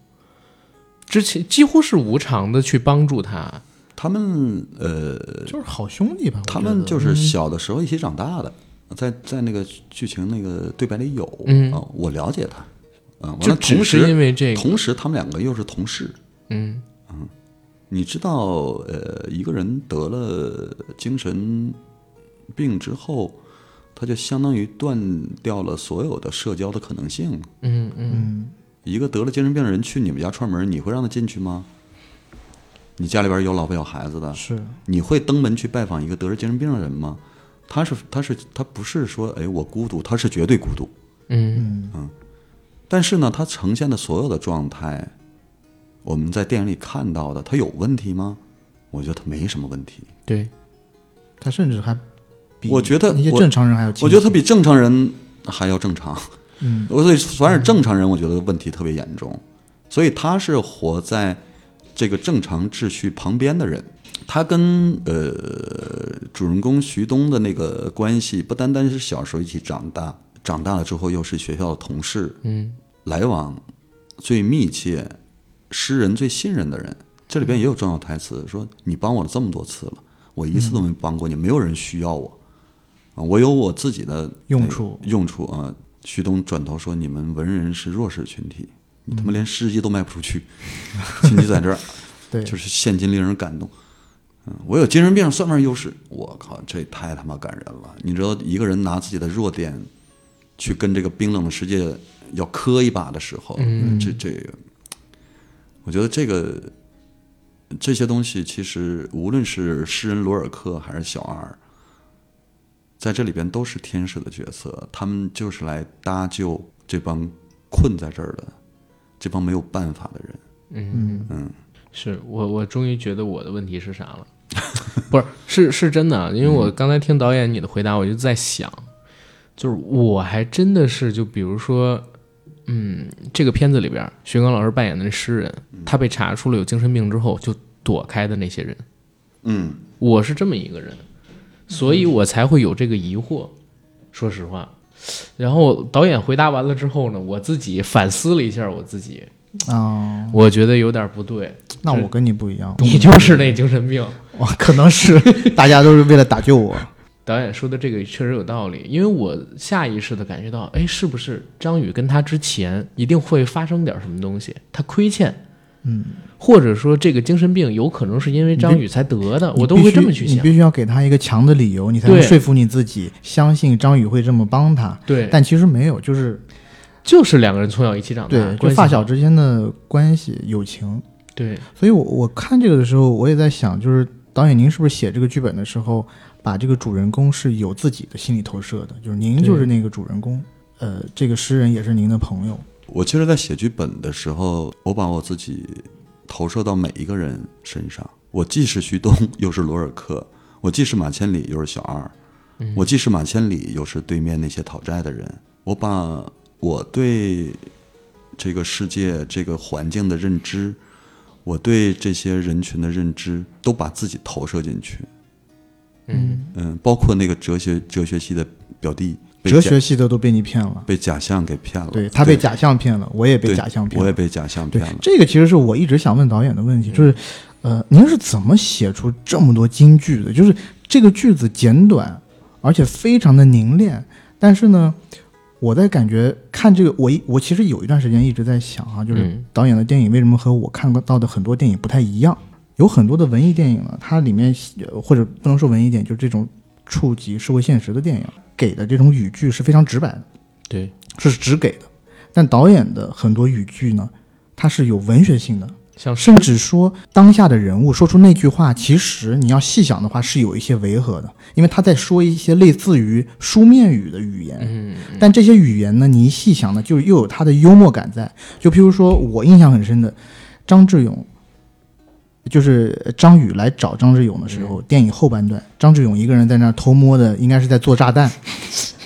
之前几乎是无偿的去帮助他，
啊他们呃，
就是好兄弟吧？我
他
觉
们
得嗯
就是小的时候一起长大的，在在那个剧情那个对白里有啊、
嗯
我了解他。嗯，完
就
了，
只
同
是因
时
为这个，
同时他们两个又是同事，
嗯
你知道，呃，一个人得了精神病之后，他就相当于断掉了所有的社交的可能性。
嗯嗯，
嗯，
一个得了精神病的人去你们家串门，你会让他进去吗？你家里边有老婆有孩子的，
是
你会登门去拜访一个得了精神病的人吗？他是他是他不是说哎我孤独，他是绝对孤独。
嗯
但是呢，他呈现的所有的状态，我们在电影里看到的，他有问题吗？我觉得他没什么问题。
对，
他甚至还比
我觉得
那些
我
正常人还要清
我觉得他
醒
比正常人还要正常。
嗯，
我 所以反而正常人，我觉得问题特别严重，所以他是活在这个正常秩序旁边的人。他跟呃主人公徐东的那个关系，不单单是小时候一起长大，长大了之后又是学校的同事，
嗯
来往最密切、诗人最信任的人。这里边也有重要台词，说你帮我了这么多次了，我一次都没帮过你，没有人需要我，啊，我有我自己的
用
那
处
用处啊。徐东转头说：“你们文人是弱势群体，你
嗯
他妈连诗集都卖不出去，亲 戚在这儿，
对，
就是现今令人感动。嗯，我有精神病算不上优势。我靠，这太他妈感人了！你知道，一个人拿自己的弱点去跟这个冰冷的世界要磕一把的时候，
嗯
这这个，我觉得这个这些东西，其实无论是诗人罗尔克还是小二，在这里边都是天使的角色，他们就是来搭救这帮困在这儿的、这帮没有办法的人。
嗯嗯，是我我终于觉得我的问题是啥了，不是是是真的，啊因为我刚才听导演你的回答，我就在想，就是我还真的是就比如说。嗯，这个片子里边，徐刚老师扮演的那诗人，他被查出了有精神病之后，就躲开的那些人，
嗯。”
我是这么一个人，所以我才会有这个疑惑。说实话，然后导演回答完了之后呢，我自己反思了一下我自己，
啊，
我觉得有点不对。
那我跟你不一样，
你就是那精神病。
我可能 是大家都是为了打救我，
导演说的这个确实有道理，因为我下意识的感觉到，哎，是不是张宇跟他之前一定会发生点什么东西，他亏欠，
嗯，
或者说这个精神病有可能是因为张宇才得 的，我都
你必
会
须
这么去
你
想
必。须要给他一个强的理由，你才能
对
说服你自己，相信张宇会这么帮他。
对，
但其实没有，就是
就是两个人从小一起长大，
对，就
关系
发
好
小，之间的关系、友情。
对，
所以我，我看这个的时候，我也在想，就是导演您是不是写这个剧本的时候，把这个主人公是有自己的心理投射的，就是您
对
就是那个主人公，呃，这个诗人也是您的朋友。
我其实，在写剧本的时候，我把我自己投射到每一个人身上。我既是徐东，又是罗尔克；我既是马千里，又是小二；
嗯
我既是马千里，又是对面那些讨债的人。我把我对这个世界、这个环境的认知，我对这些人群的认知，都把自己投射进去。
嗯，
嗯，包括那个哲学哲学系的表弟，被
哲
假
学系的都被你骗了，
被假象给骗了。
对他被假象骗了，我也被
对
假象骗
我也
了。
被假象
对
骗了，。嗯
这个其实是我一直想问导演的问题，就是，呃，您是怎么写出这么多金句的？就是这个句子简短，而且非常的凝练，但是呢，我在感觉看这个，我一我其实有一段时间一直在想哈、就是
嗯
导演的电影为什么和我看到的很多电影不太一样？有很多的文艺电影呢，它里面呃或者不能说文艺电影，就是这种触及社会现实的电影，给的这种语句是非常直白的。
对，
是只给的。但导演的很多语句呢，它是有文学性的，
像是
甚至说当下的人物说出那句话，其实你要细想的话是有一些违和的，因为他在说一些类似于书面语的语言。
嗯，
但这些语言呢，你一细想呢，就又有它的幽默感在。就譬如说我印象很深的，张志勇，就是张宇来找张志勇的时候，电影后半段，张志勇一个人在那儿偷摸的，应该是在做炸弹。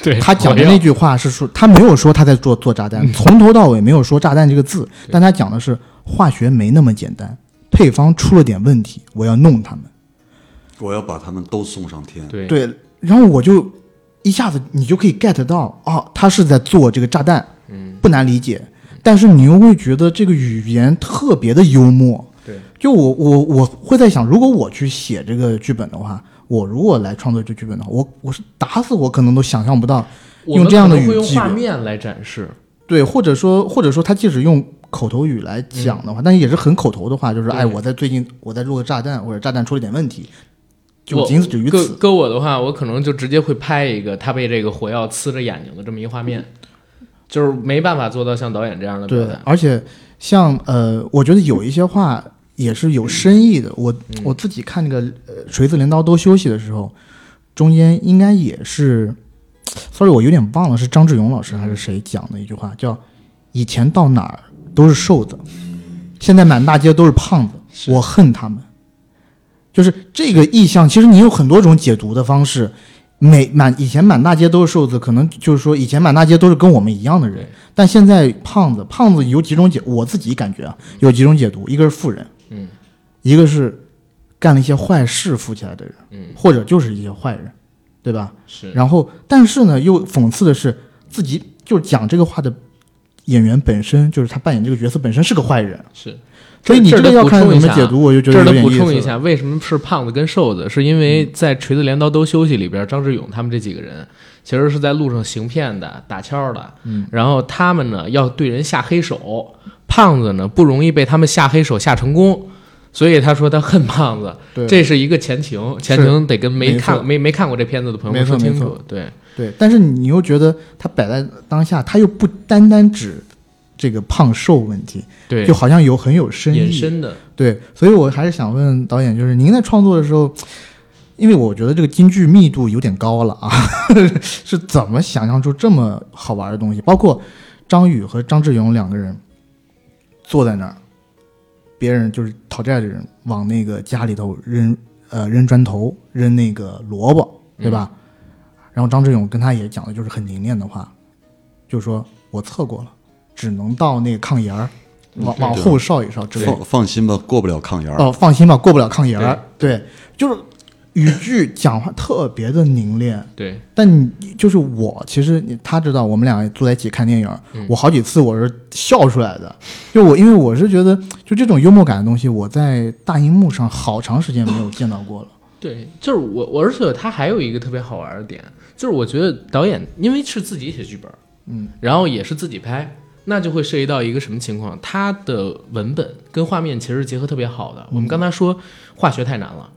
对
他讲的那句话是说，他没有说他在做做炸弹，从头到尾没有说炸弹这个字，但他讲的是化学没那么简单，配方出了点问题，我要弄他们。
我要把他们都送上天。
对，
对，然后我就一下子你就可以 get 到，哦，他是在做这个炸弹，
嗯，
不难理解，但是你又会觉得这个语言特别的幽默。
对，
就我我我会在想，如果我去写这个剧本的话，我如果来创作这剧本的话，我我是打死我可能都想象不到，
我们
用这样的
可能会
语
用
句
画面来展示，
对，或者说或者说他即使用口头语来讲的话，但也是很口头的话，就是哎，
嗯对
我在最近我在做个炸弹，或者炸弹出了点问题，就
我
仅止于
搁
此。
搁我的话，我可能就直接会拍一个他被这个火药呲着眼睛的这么一画面，就是没办法做到像导演这样的表
嗯对
达，。
而且像呃，我觉得有一些话也是有深意的。我、
嗯
我自己看那个呃《锤子镰刀都休息》的时候，中间应该也是，sorry，我有点忘了是张志勇老师还是谁讲的一句话，叫“以前到哪儿都是瘦子，现在满大街都是胖子，我恨他们。”就是这个意象，其实你有很多种解读的方式。每满以前满大街都是瘦子，可能就是说以前满大街都是跟我们一样的人
对，
但现在胖子，胖子有几种解，我自己感觉啊，有几种解读，一个是富人，
嗯，
一个是干了一些坏事富起来的人，
嗯，
或者就是一些坏人，对吧？
是，
然后，但是呢，又讽刺的是自己就讲这个话的演员本身，就是他扮演这个角色本身是个坏人，
是。
所以你
这儿
这个
得
要
补
看
充
怎
一
么
下
解
啊
读，我就觉
这
得
儿
有
得
点
补
意思嗯
充一
了。
下，为什么是胖子跟瘦子？是因为在《锤子镰刀都休息》里边，张志勇他们这几个人其实是在路上行骗的、打锹的。嗯，然后他们呢要对人下黑手，胖子呢不容易被他们下黑手下成功，所以他说他恨胖子。
对
这是一个前情，前情得跟没
没
看
错
没没看过这片子的朋友
没
们说
错
清
没
楚
错。
对，
对，但是你又觉得他摆在当下，他又不单单指这个胖瘦问题，
对
就，好像有很有深
隐
意。
身的，
对，所以我还是想问导演，就是您在创作的时候，因为我觉得这个京剧密度有点高了啊， 是怎么想象出这么好玩的东西？包括张宇和张志勇两个人坐在那儿，别人就是讨债的人往那个家里头扔呃扔砖头、扔那个萝卜，对吧？
嗯
然后张志勇跟他也讲的就是很凝练的话，就说我测过了，只能到那个炕沿儿。往往
嗯对
后稍一稍，只能
放放心吧，过不了炕沿儿。
哦，放心吧，过不了炕沿儿。对，就是语句讲话特别的凝练。
对，
但你就是我，其实你他知道我们俩坐在一起看电影儿，我好几次我是笑出来的。就我，因为我是觉得，就这种幽默感的东西，我在大荧幕上好长时间没有见到过了。
对，就是我，我而且他还有一个特别好玩的点，就是我觉得导演因为是自己写剧本，嗯，然后也是自己拍，那就会涉及到一个什么情况？他的文本跟画面其实结合特别好
嗯
的。我们刚才说化学太难了，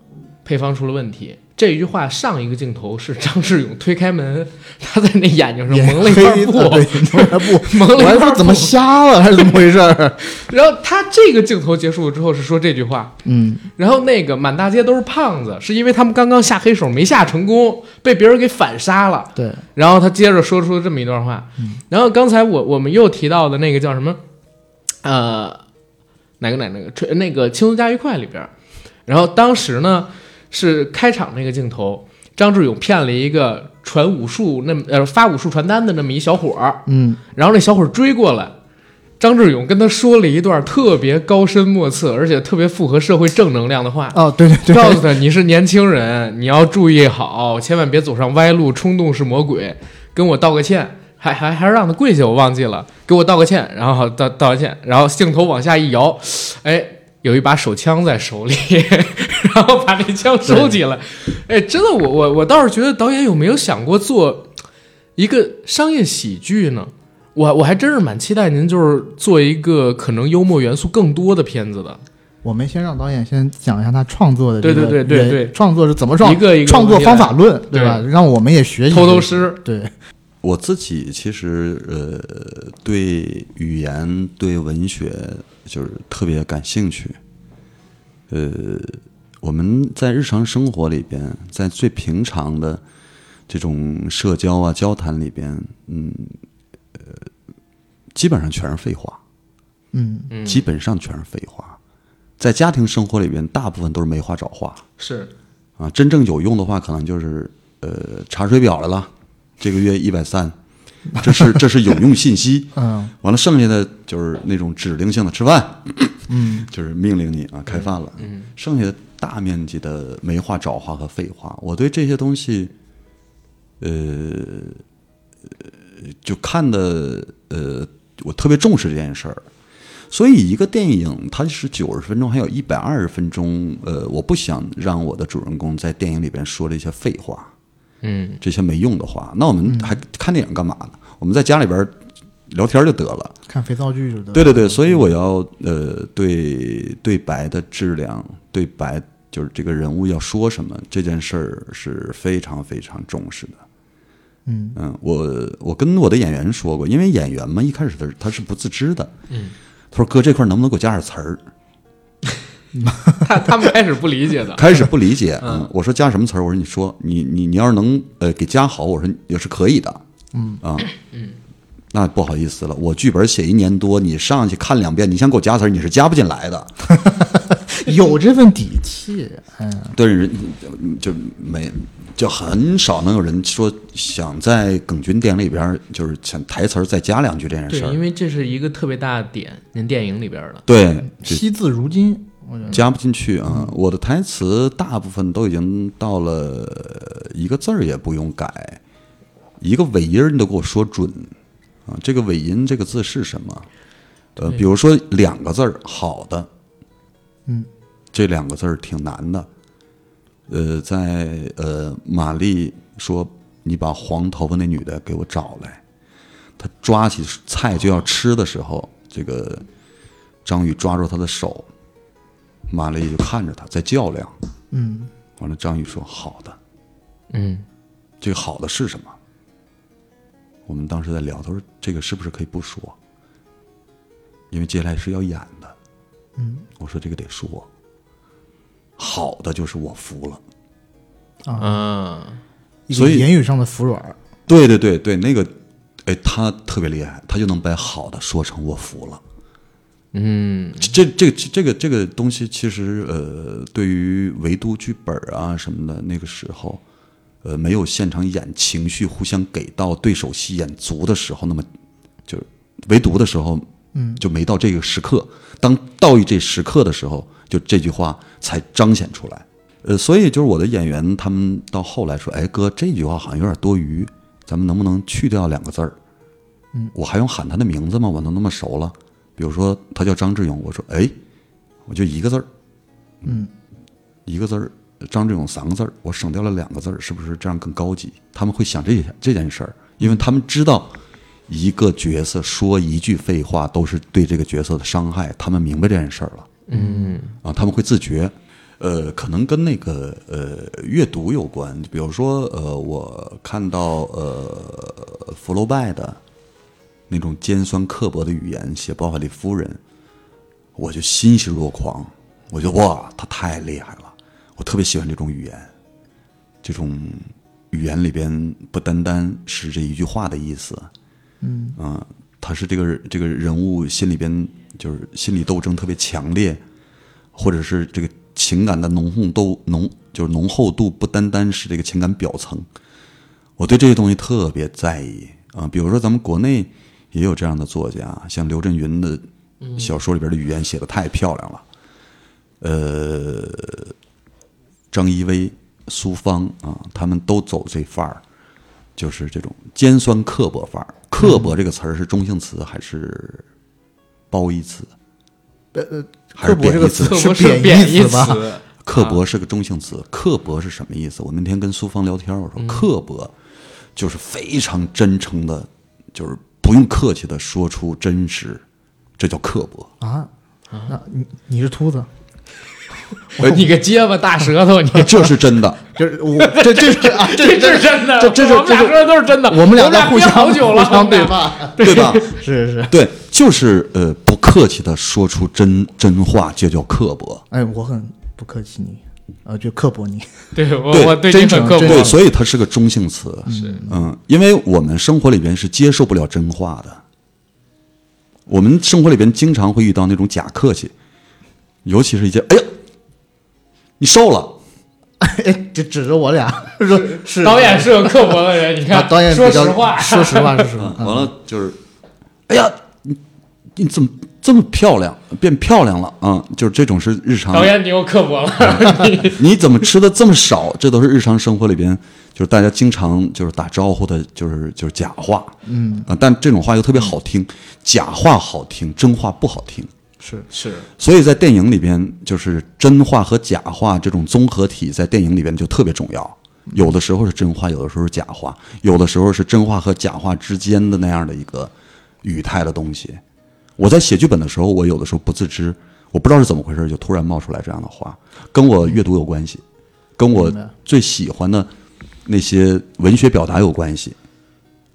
配方出了问题。这一句话上一个镜头是张志勇推开门，他在那眼睛上蒙了一块
黑
布，
啊 对，蒙 了布，
蒙了一
我还
块
说
布
怎么瞎了还是怎么回事儿？
然后他这个镜头结束之后是说这句话，
嗯，
然后那个满大街都是胖子，是因为他们刚刚下黑手没下成功，被别人给反杀了。
对，
然后他接着说出这么一段话，然后刚才我我们又提到的那个叫什么，呃，哪个哪个吹那个《轻松加愉快》里边儿，然后当时呢是开场那个镜头，张志勇骗了一个传武术那么呃发武术传单的那么一小伙儿，
嗯，
然后那小伙儿追过来，张志勇跟他说了一段特别高深莫测，而且特别符合社会正能量的话。
哦，对 对对，
告诉他你是年轻人，你要注意好，千万别走上歪路，冲动是魔鬼。跟我道个歉，还还还是让他跪下，我忘记了，给我道个歉，然后道道个歉，然后镜头往下一摇，哎，有一把手枪在手里， 然后把这枪收起来。哎，真的，我我我倒是觉得导演有没有想过做一个商业喜剧呢？我我还真是蛮期待您就是做一个可能幽默元素更多的片子的，
我们先让导演先讲一下他创作的这
对
个
对对对
原
对
创作是怎么创
一个一个
创作
问题来
方法论，
对
吧？让我们也学习
偷偷
学习
师。
对，
我自己其实呃，对语言、对文学就是特别感兴趣。呃，我们在日常生活里边，在最平常的这种社交啊、交谈里边，嗯，呃，基本上全是废话，
嗯，
基本上全是废话。在家庭生活里边，大部分都是没话找话
是
啊。真正有用的话，可能就是呃，查水表来了，这个月一百三，这是这是有用信 息。
嗯，
完了，剩下的就是那种指令性的吃饭，嗯， 就是命令你啊，开饭了。嗯，剩下的大面积的没话找话和废话，我对这些东西，呃，呃就看的呃，我特别重视这件事儿。所以，一个电影它是九十分钟，还有一百二十分钟。呃，我不想让我的主人公在电影里边说了一些废话，
嗯
这些没用的话。那我们还看电影干嘛呢？我们在家里边聊天就得了。
看肥皂剧就得了。
对对对，所以我要呃，对对白的质量，对白就是这个人物要说什么这件事儿是非常非常重视的。
嗯
嗯，我我跟我的演员说过，因为演员嘛，一开始他是他是不自知的。
嗯，
他说：“哥，这块儿能不能给我加点词儿？”
他他们开始不理解 的，
开始不理解，嗯，我说加什么词儿？我说你说你你你要是能呃给加好，我说也是可以的，嗯啊，嗯，那不好意思了，我剧本写一年多，你上去看两遍，你想给我加词儿，你是加不进来的，
有这份底气，哎呀，
对人就没就很少能有人说想在耿军电影里边儿就是想台词儿再加两句这 件
对
事，
因
儿，
为这是一个特别大的点，您电影里边的，
对，嗯就
惜字如金，我觉得
加不进去啊！我的台词大部分都已经到了一个字儿也不用改，一个尾音儿你都给我说准啊！这个尾音这个字是什么？呃，比如说两个字儿，好的，
嗯，
这两个字儿挺难的。呃，在呃，玛丽说你把黄头发那女的给我找来，她抓起菜就要吃的时候，这个张宇抓住她的手，玛丽就看着他在较量。
嗯
完了，张宇说：“好的，
嗯
这个好的是什么？”我们当时在聊，他说：“这个是不是可以不说？因为接下来是要演的。”
嗯，
我说：“这个得说。”好的就是我服了。
啊，
啊，
一个
所以
言语上的服软儿，
对对对对，那个，哎，他特别厉害，他就能把好的说成我服了。
嗯
这这这个这个东西，其实呃，对于唯独剧本啊什么的，那个时候，呃，没有现场演情绪互相给到对手戏演足的时候，那么就是唯独的时候，
嗯，
就没到这个时刻。当到这时刻的时候，就这句话才彰显出来。呃，所以就是我的演员他们到后来说，哎哥，这句话好像有点多余，咱们能不能去掉两个字儿？我还用喊他的名字吗？我都那么熟了。比如说他叫张志勇，我说哎，我就一个字儿，
嗯，
一个字儿，张志勇三个字儿，我省掉了两个字儿，是不是这样更高级？他们会想这这件事儿，因为他们知道一个角色说一句废话都是对这个角色的伤害，他们明白这件事儿了。
嗯
啊，他们会自觉。呃，可能跟那个呃阅读有关，比如说呃，我看到呃福楼拜的那种尖酸刻薄的语言写《包法利夫人》，我就欣喜若狂，我觉得哇，他太厉害了，我特别喜欢这种语言，这种语言里边不单单是这一句话的意思，
嗯
啊、他是这个这个人物心里边就是心理斗争特别强烈，或者是这个情感的浓厚度浓就是浓厚度不单单是这个情感表层，我对这些东西特别在意啊、比如说咱们国内也有这样的作家，像刘震云的小说里边的语言写的太漂亮了，呃，张一威、苏芳啊，他们都走这范儿。就是这种尖酸刻薄范儿。刻薄这个词儿是中性词还是褒义词？
呃呃，
还是
刻薄
贬
这个
义词
词
刻薄
是
贬
义
义
词吧？
词，
刻薄是个中性词，刻薄是什么意思？我那天跟苏芳聊天，我说刻薄就是非常真诚的，就是不用客气的说出真实，这叫刻薄。
啊，那你你是秃子，
你个结巴大舌 头，你
呃这是真的，
就是我这这是啊，
这是真的，
这这是
我们俩说
这
的
是
都是真的，
我们
俩
俩在互
憋
相
好久了，
互相对
我们俩
骂，
对吧？
是是。
对，就是呃，不客气的说出真真话，这叫刻薄。
哎，我很不客气你，呃，就刻薄你。
对我
对
我对你
真
很
诚
刻薄
真，
对，所以它是个中性词。是，嗯，因为我们生活里边是接受不了真话的，我们生活里边经常会遇到那种假客气，尤其是一些哎呀，你瘦了，
哎，就指着我俩 说，是
导演是个刻薄的人，你
啊
看，
导演
说
比
实
较
话，
说实话，说实话，
完了就是，哎呀，你你怎么这么漂亮，变漂亮了啊、嗯就是这种是日常
导演你又刻薄 了，你
你怎么吃的这么少？这都是日常生活里边，就是大家经常就是打招呼的，就是就是假话，嗯啊、但这种话又特别好听，假话好听，真话不好听。
是
是
所以在电影里边，就是真话和假话这种综合体，在电影里边就特别重要。有的时候是真话，有的时候是假话，有的时候是真话和假话之间的那样的一个语态的东西。我在写剧本的时候，我有的时候不自知，我不知道是怎么回事，就突然冒出来这样的话，跟我阅读有关系，跟我
明白
最喜欢的那些文学表达有关系。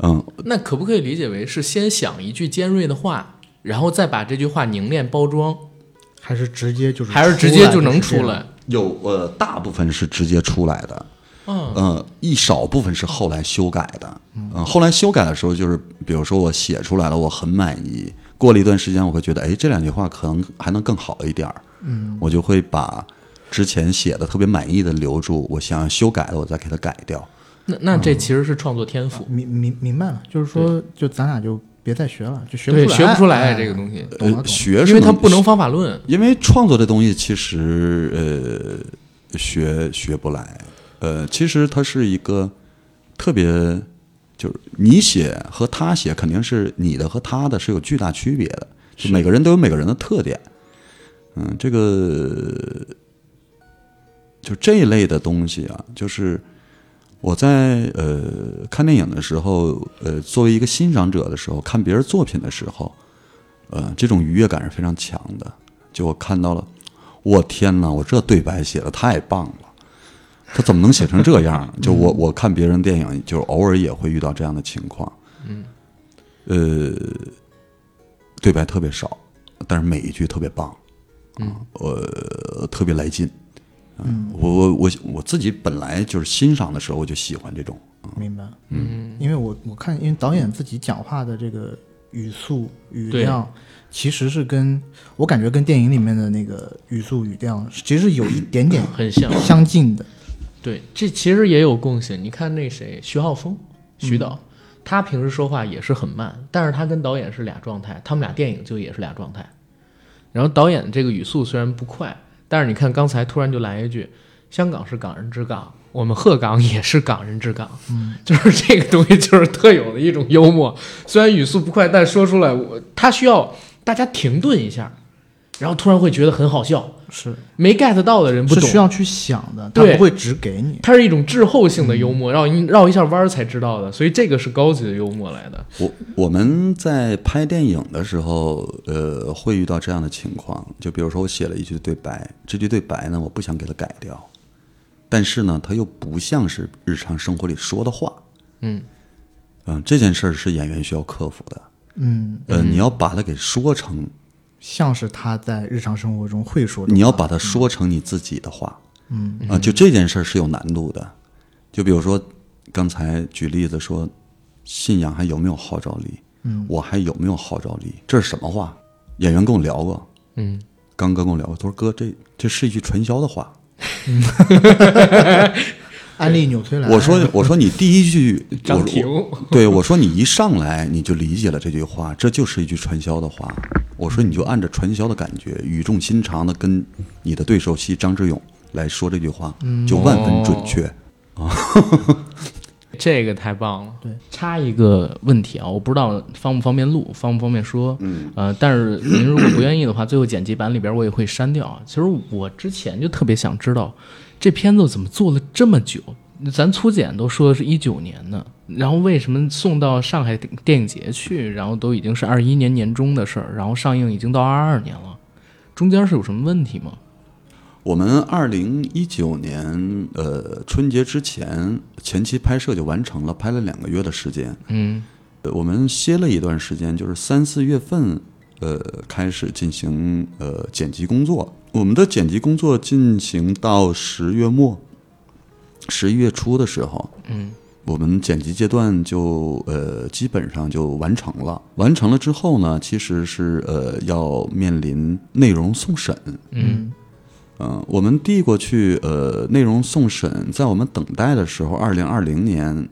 嗯，
那可不可以理解为是先想一句尖锐的话，然后再把这句话凝练包装，
还是直接就是
还是直接就能出来？
有呃，大部分是直接出来的，
嗯
呃，一少部分是后来修改的，嗯、后来修改的时候就是，比如说我写出来了，我很满意，过了一段时间，我会觉得，哎，这两句话可能还能更好一点儿，嗯，我就会把之前写的特别满意的留住，我想要修改的，我再给它改掉。
那那这其实是创作天赋，
明明明白了，就是说，就咱俩就别再学了，就学
对，
不出来，
学不出来
哎
这个东西，
懂了
呃，
懂了
学
因
是
为它不能方法论。
呃因为创作这东西其实呃学学不来，呃，其实它是一个特别，就是你写和他写肯定是你的和他的是有巨大区别的，就每个人都有每个人的特点，嗯，这个就这一类的东西啊，就是。我在呃看电影的时候，呃，作为一个欣赏者的时候，看别人作品的时候，呃，这种愉悦感是非常强的。就我看到了，我天哪，我这对白写的太棒了，他怎么能写成这样？啊就我我看别人电影，就是偶尔也会遇到这样的情况。嗯，呃，对白特别少，但是每一句特别棒，嗯，呃，特别来劲。嗯，我我我我自己本来就是欣赏的时候，我就喜欢这种。
明白，嗯，因为我我看，因为导演自己讲话的这个语速、语
对
调，其实是跟我感觉跟电影里面的那个语速、语调，其实有一点点
很像
相近的。
对，这其实也有共性。你看那谁，徐浩峰，徐导，他平时说话也是很慢，但是他跟导演是俩状态，他们俩电影就也是俩状态。然后导演这个语速虽然不快，但是你看刚才突然就来一句：“香港是港人之港，我们鹤岗也是港人之港。”嗯，就是这个东西就是特有的一种幽默，虽然语速不快，但说出来我他需要大家停顿一下，然后突然会觉得很好笑。
是
没 get 到的人不
是
懂，
需要去想的，他
对
不会只给你。
它是一种滞后性的幽默，绕一绕一下弯儿才知道的，所以这个是高级的幽默来的。
我我们在拍电影的时候，呃，会遇到这样的情况，就比如说我写了一句对白，这句对白呢，我不想给它改掉，但是呢，它又不像是日常生活里说的话，
嗯
嗯、这件事儿是演员需要克服的，
嗯，
呃，你要把它给说成，
像是他在日常生活中会说的话。
你要把它说成你自己的话，
嗯
啊、就这件事儿是有难度的，就比如说刚才举例子说，信仰还有没有号召力？
嗯，
我还有没有号召力？这是什么话？演员跟我聊过，
嗯，
刚哥跟我聊过，他说哥，这这是一句传销的话。
安利纽崔莱，
我说我说你第一句，
张
我
庭
我 对我说你一上来你就理解了这句话，这就是一句传销的话。我说你就按着传销的感觉，语重心长的跟你的对手戏张志勇来说这句话，就万分准确。
这个太棒了。
对，
插一个问题啊，我不知道方不方便录，方不方便说。嗯，呃，但是您如果不愿意的话，最后剪辑版里边我也会删掉啊。其实我之前就特别想知道，这片子怎么做了这么久？咱粗剪都说的是一九年呢，然后为什么送到上海电影节去，然后都已经是二一年年中的事儿，然后上映已经到二二年了，中间是有什么问题吗？
我们二零一九年呃春节之前前期拍摄就完成了，拍了两个月的时间。
嗯
呃我们歇了一段时间，就是三四月份，呃，开始进行呃剪辑工作。我们的剪辑工作进行到十月末、十一月初的时候，
嗯
我们剪辑阶段就呃基本上就完成了。完成了之后呢，其实是呃要面临内容送审。
嗯
嗯，我们递过去，呃，内容送审，在我们等待的时候，二零二零年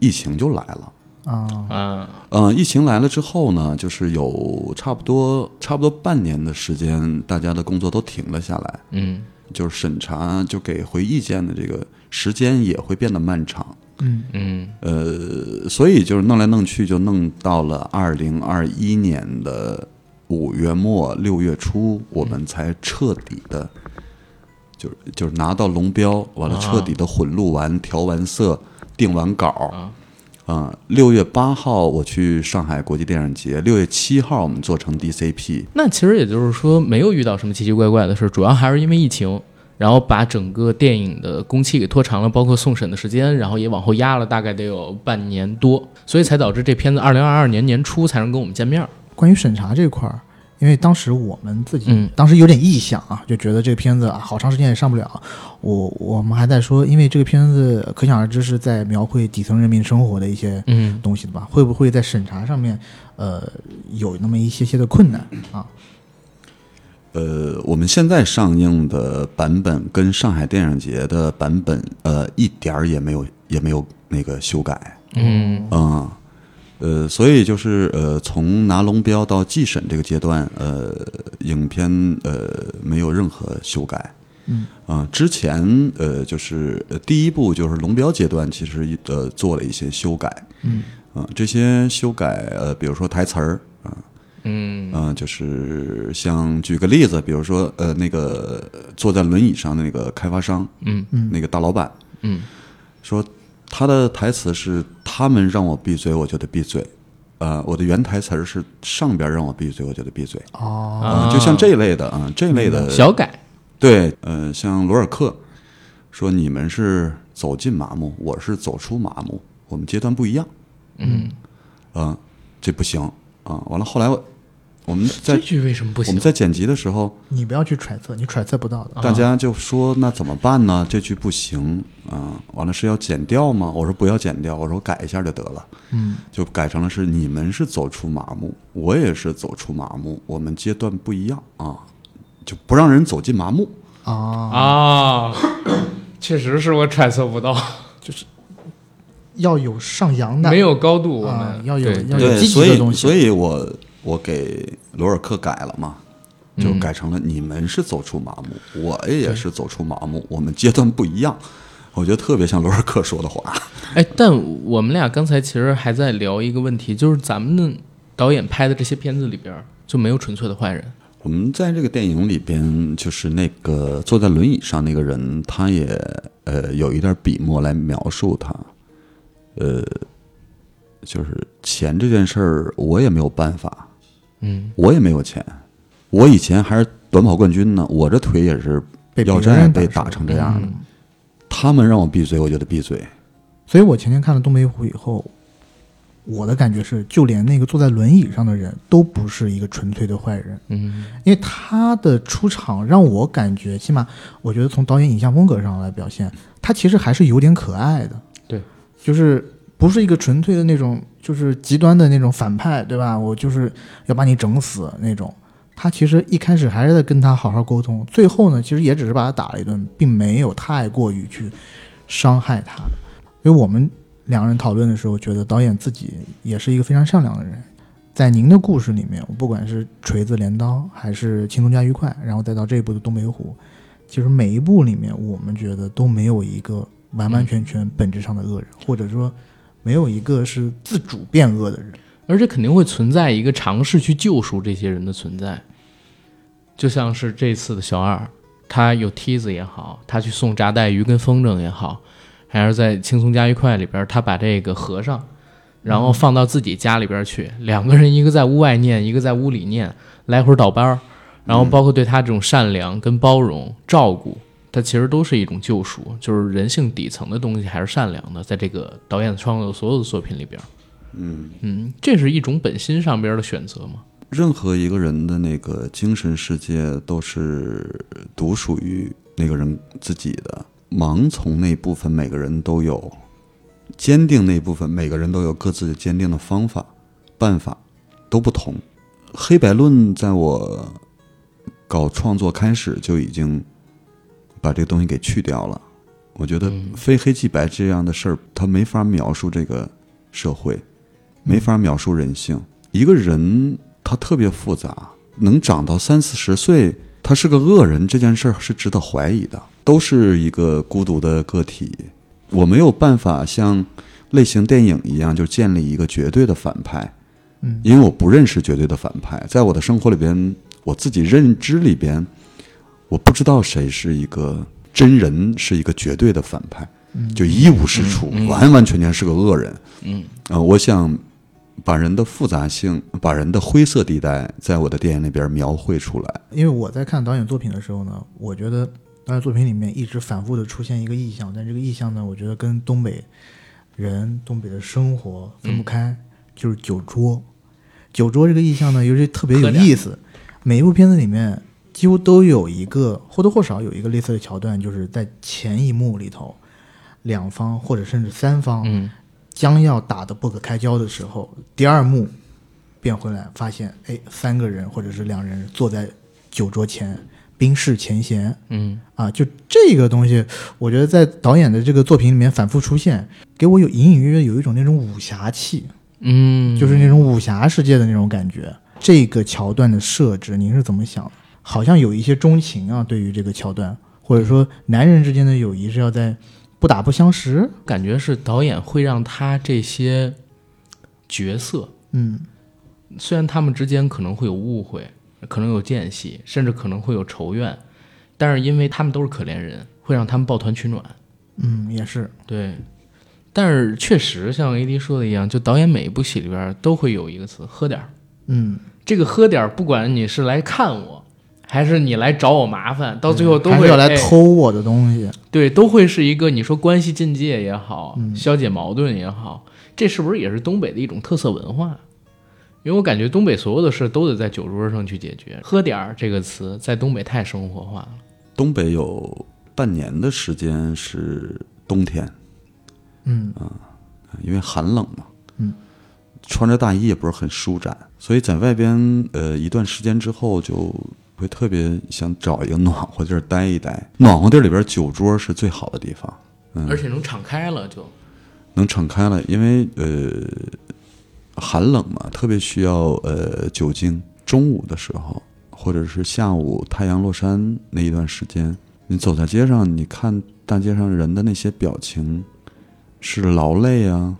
疫情就来了。
啊，
啊
呃，疫情来了之后呢，就是有差不多差不多半年的时间，大家的工作都停了下来，
嗯
就是审查就给回意见的这个时间也会变得漫长。
嗯
嗯
呃，所以就是弄来弄去，就弄到了二零二一年的五月末六月初，我
嗯
们才彻底的，就是就是拿到龙标，完了
啊
彻底的混录完、调完色、定完稿。
啊
啊，六、月八号我去上海国际电影节，六月七号我们做成 DCP。
那其实也就是说，没有遇到什么奇奇怪怪的事，主要还是因为疫情，然后把整个电影的工期给拖长了，包括送审的时间，然后也往后压了，大概得有半年多，所以才导致这片子二零二二年年初才能跟我们见面。
关于审查这块儿，因为当时我们自己、
嗯
当时有点臆想啊，就觉得这个片子、啊、好长时间也上不了。我我们还在说，因为这个片子可想而知是在描绘底层人民生活的一些
嗯
东西的吧？会不会在审查上面，呃，有那么一些些的困难啊？
呃，我们现在上映的版本跟上海电影节的版本，呃，一点儿也没有也没有那个修改。
嗯
嗯，呃，所以就是呃，从拿龙标到祭审这个阶段，呃，影片呃没有任何修改。
嗯
啊、之前呃就是呃第一步就是龙标阶段，其实呃做了一些修改。
嗯
啊、这些修改呃，比如说台词儿啊，
嗯
嗯、就是像举个例子，比如说呃，那个坐在轮椅上的那个开发商，
嗯
嗯
那个大老板
嗯
说，他的台词是“他们让我闭嘴，我就得闭嘴”，呃，我的原台词儿是“上边让我闭嘴，我就得闭嘴”，
哦
啊，
就像这一类的啊、这一类的
嗯小改，
对，呃，像罗尔克说，你们是走进麻木，我是走出麻木，我们阶段不一样。
嗯，
啊、这不行啊、完了，后来我我们在
这句为什么不
我
行
们？在剪辑的时候，
你不要去揣测，你揣测不到的。
大家就说那怎么办呢？这句不行啊、完了是要剪掉吗？我说不要剪掉，我说改一下就得了，
嗯
就改成了是你们是走出麻木，我也是走出麻木，我们阶段不一样啊、就不让人走进麻木。
啊，
啊，确实是我揣测不到，
要有上扬的，
没有高度，我
啊
们，
要有
对
要有
对，
积极
所
的
以
东西。
所以我我给罗尔克改了嘛，
嗯
就改成了你们是走出麻木，我也是走出麻木，我们阶段不一样。我觉得特别像罗尔克说的话，
哎，但我们俩刚才其实还在聊一个问题，就是咱们的导演拍的这些片子里边儿就没有纯粹的坏人。
我们在这个电影里边，就是那个坐在轮椅上那个人，他也呃有一段笔墨来描述他，呃，就是钱这件事儿，我也没有办法，
嗯
我也没有钱，我以前还是短跑冠军呢，我这腿也是
被别
要
人
债
打
被
伤
打成这样的，他们让我闭嘴，我就得闭嘴。
所以我前天看了《东北虎》以后，我的感觉是，就连那个坐在轮椅上的人都不是一个纯粹的坏人，
嗯
因为他的出场让我感觉，起码我觉得从导演影像风格上来表现，他其实还是有点可爱的。
对，
就是不是一个纯粹的那种，就是极端的那种反派，对吧？我就是要把你整死那种。他其实一开始还是在跟他好好沟通，最后呢，其实也只是把他打了一顿，并没有太过于去伤害他。所以我们两个人讨论的时候，觉得导演自己也是一个非常善良的人。在您的故事里面，我不管是锤子、镰刀，还是轻松加愉快，然后再到这一部的东北虎，其实每一部里面，我们觉得都没有一个完完全全本质上的恶人，或者说没有一个是自主变恶的人。
而且肯定会存在一个尝试去救赎这些人的存在，就像是这次的小二，他有梯子也好，他去送炸带鱼跟风筝也好，还是在《轻松加愉快》里边，他把这个和尚，然后放到自己家里边去，两个人一个在屋外念，一个在屋里念，来回倒班儿，然后包括对他这种善良、跟包容、照顾，它其实都是一种救赎，就是人性底层的东西还是善良的，在这个导演创作的所有的作品里边，
嗯，
嗯，这是一种本心上边的选择嘛，
任何一个人的那个精神世界都是独属于那个人自己的。盲从那部分每个人都有，坚定那部分每个人都有各自的坚定的方法、办法都不同。黑白论在我搞创作开始就已经把这个东西给去掉了。我觉得非黑即白这样的事儿，它没法描述这个社会，没法描述人性。一个人他特别复杂，能长到三四十岁，他是个恶人这件事儿是值得怀疑的。都是一个孤独的个体，我没有办法像类型电影一样就建立一个绝对的反派，
嗯，
因为我不认识绝对的反派，在我的生活里边，我自己认知里边，我不知道谁是一个真人，是一个绝对的反派，就一无是处，完完全全是个恶人，
嗯，
啊、我想把人的复杂性，把人的灰色地带，在我的电影里边描绘出来，
因为我在看导演作品的时候呢，我觉得导演作品里面一直反复的出现一个意象，但这个意象呢，我觉得跟东北人、东北的生活分不开，就是酒桌。酒桌这个意象呢，尤其特别有意思。每一部片子里面几乎都有一个或多或少有一个类似的桥段，就是在前一幕里头，两方或者甚至三方，
嗯
将要打得不可开交的时候，第二幕变回来，发现哎，三个人或者是两人坐在酒桌前，冰释前嫌
嗯
啊，就这个东西，我觉得在导演的这个作品里面反复出现，给我有隐隐约约有一种那种武侠气，
嗯，
就是那种武侠世界的那种感觉。这个桥段的设置，您是怎么想的？好像有一些钟情啊，对于这个桥段，或者说男人之间的友谊是要在不打不相识，
感觉是导演会让他这些角色，
嗯。
虽然他们之间可能会有误会，可能有间隙，甚至可能会有仇怨，但是因为他们都是可怜人，会让他们抱团取暖。
嗯，也是，
对，但是确实像 AD 说的一样，就导演每一部戏里边都会有一个词“喝点儿
嗯，”。
这个“喝点儿”，不管你是来看我，还是你来找我麻烦，到最后都
还
会
是要来
哎
偷我的东西，
对，都会是一个你说关系境界也好，
嗯
消解矛盾也好，这是不是也是东北的一种特色文化？因为我感觉东北所有的事都得在酒桌上去解决。喝点儿这个词在东北太生活化了。
东北有半年的时间是冬天，啊
嗯
因为寒冷嘛，
嗯，
穿着大衣也不是很舒展，所以在外边呃一段时间之后，就会特别想找一个暖和地儿待一待。暖和地儿里边酒桌是最好的地方，
而且能敞开了就，
能敞开了，因为呃寒冷嘛，特别需要呃酒精。中午的时候，或者是下午太阳落山那一段时间，你走在街上，你看大街上人的那些表情，是劳累啊，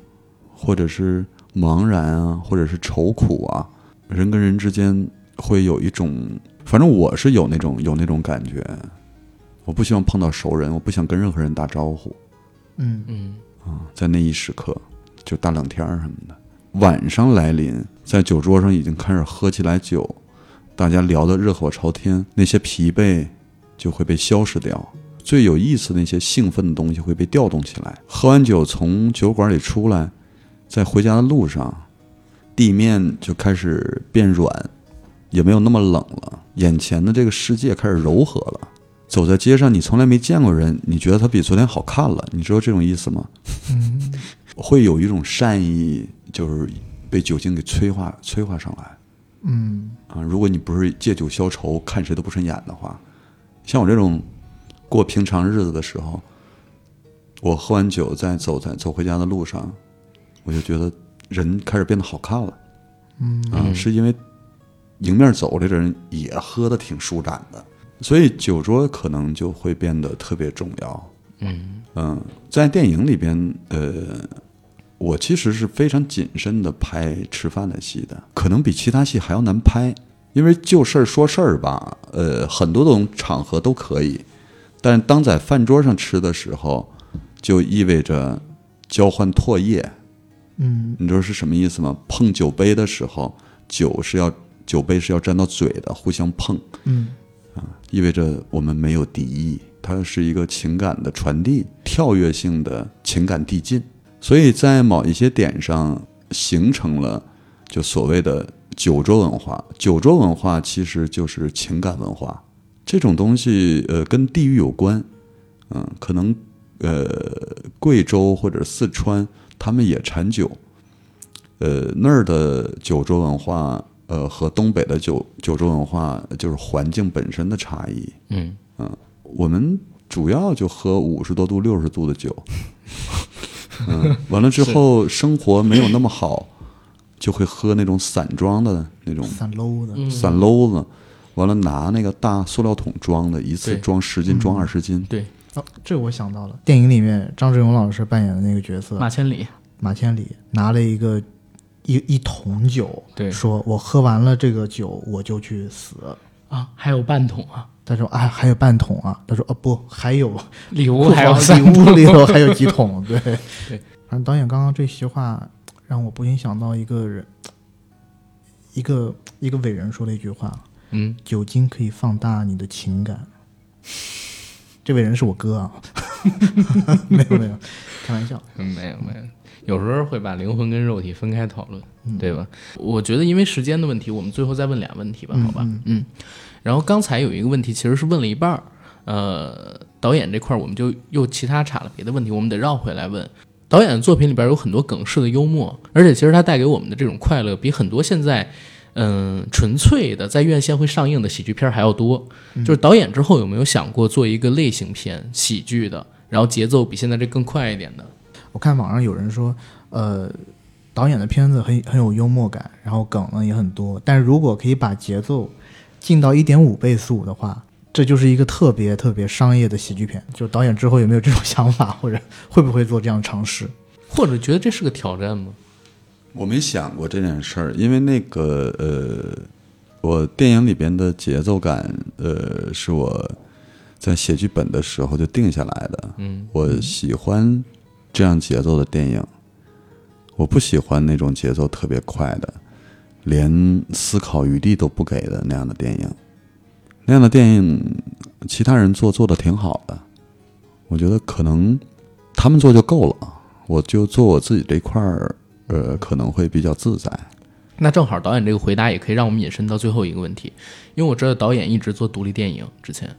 或者是茫然啊，或者是愁苦啊，人跟人之间会有一种，反正我是有那种有那种感觉。我不希望碰到熟人，我不想跟任何人打招呼。
嗯
嗯
啊在那一时刻，就大冷天儿什么的，晚上来临，在酒桌上已经开始喝起来酒，大家聊得热火朝天，那些疲惫就会被消失掉，最有意思的那些兴奋的东西会被调动起来。喝完酒从酒馆里出来，在回家的路上，地面就开始变软，也没有那么冷了，眼前的这个世界开始柔和了。走在街上，你从来没见过人，你觉得他比昨天好看了，你知道这种意思吗？
嗯
会有一种善意，就是被酒精给催化催化上来
嗯
啊。如果你不是借酒消愁，看谁都不顺眼的话，像我这种过平常日子的时候，我喝完酒在走在走回家的路上，我就觉得人开始变得好看了
嗯
啊，是因为迎面走来的人也喝得挺舒展的，所以酒桌可能就会变得特别重要。
嗯
嗯，在电影里边，呃，我其实是非常谨慎的拍吃饭的戏的，可能比其他戏还要难拍，因为就事儿说事儿吧，呃，很多种场合都可以，但是当在饭桌上吃的时候，就意味着交换唾液，
嗯
你知道是什么意思吗？碰酒杯的时候，酒是要酒杯是要沾到嘴的，互相碰，啊
嗯
意味着我们没有敌意，它是一个情感的传递，跳跃性的情感递进，所以在某一些点上形成了就所谓的酒桌文化。酒桌文化其实就是情感文化，这种东西呃跟地域有关，嗯，可能呃贵州或者四川他们也产酒，呃那儿的酒桌文化。呃，和东北的酒酒桌文化就是环境本身的差异，
嗯，
我们主要就喝五十多度、六十度的酒， 嗯，完了之后生活没有那么好，就会喝那种散装的那种
散 low
嗯
的，
散篓子，完了拿那个大塑料桶装的，一次
对嗯
装十斤、装二十斤，
对，
哦，这我想到了，电影里面张志勇老师扮演的那个角色
马千里，
马千里拿了一个一一桶酒，
对
说我喝完了这个酒我就去死。
啊，还有半桶啊，
他说啊，还有半桶啊。他说哦不，还有
礼物
库
还有
房
三
礼物里头还有几桶。对对，
对
反正导演刚刚这席话让我不禁想到一个人，一个一个伟人说的一句话：
嗯，
酒精可以放大你的情感。这伟人是我哥啊， 没有没有，开玩笑。
嗯， 没有没有，有时候会把灵魂跟肉体分开讨论，对吧？我觉得因为时间的问题，我们最后再问俩问题吧，好吧？嗯然后刚才有一个问题其实是问了一半儿，呃，导演这块儿我们就又其他岔了别的问题，我们得绕回来问。导演的作品里边有很多梗式的幽默，而且其实他带给我们的这种快乐，比很多现在。嗯，纯粹的在院线会上映的喜剧片儿还要多。就是导演之后有没有想过做一个类型片喜剧的，然后节奏比现在这更快一点的？
我看网上有人说，呃，导演的片子很很有幽默感，然后梗呢也很多，但如果可以把节奏进到一点五倍速的话，这就是一个特别特别商业的喜剧片。就导演之后有没有这种想法，或者会不会做这样的尝试？
或者觉得这是个挑战吗？
我没想过这件事儿，因为那个呃，我电影里边的节奏感，呃，是我在写剧本的时候就定下来的。嗯，我喜欢这样节奏的电影，我不喜欢那种节奏特别快的，连思考余地都不给的那样的电影。那样的电影，其他人做做的挺好的，我觉得可能他们做就够了，我就做我自己这块儿，呃，可能会比较自在。
那正好导演这个回答也可以让我们引申到最后一个问题，因为我知道导演一直做独立电影之前，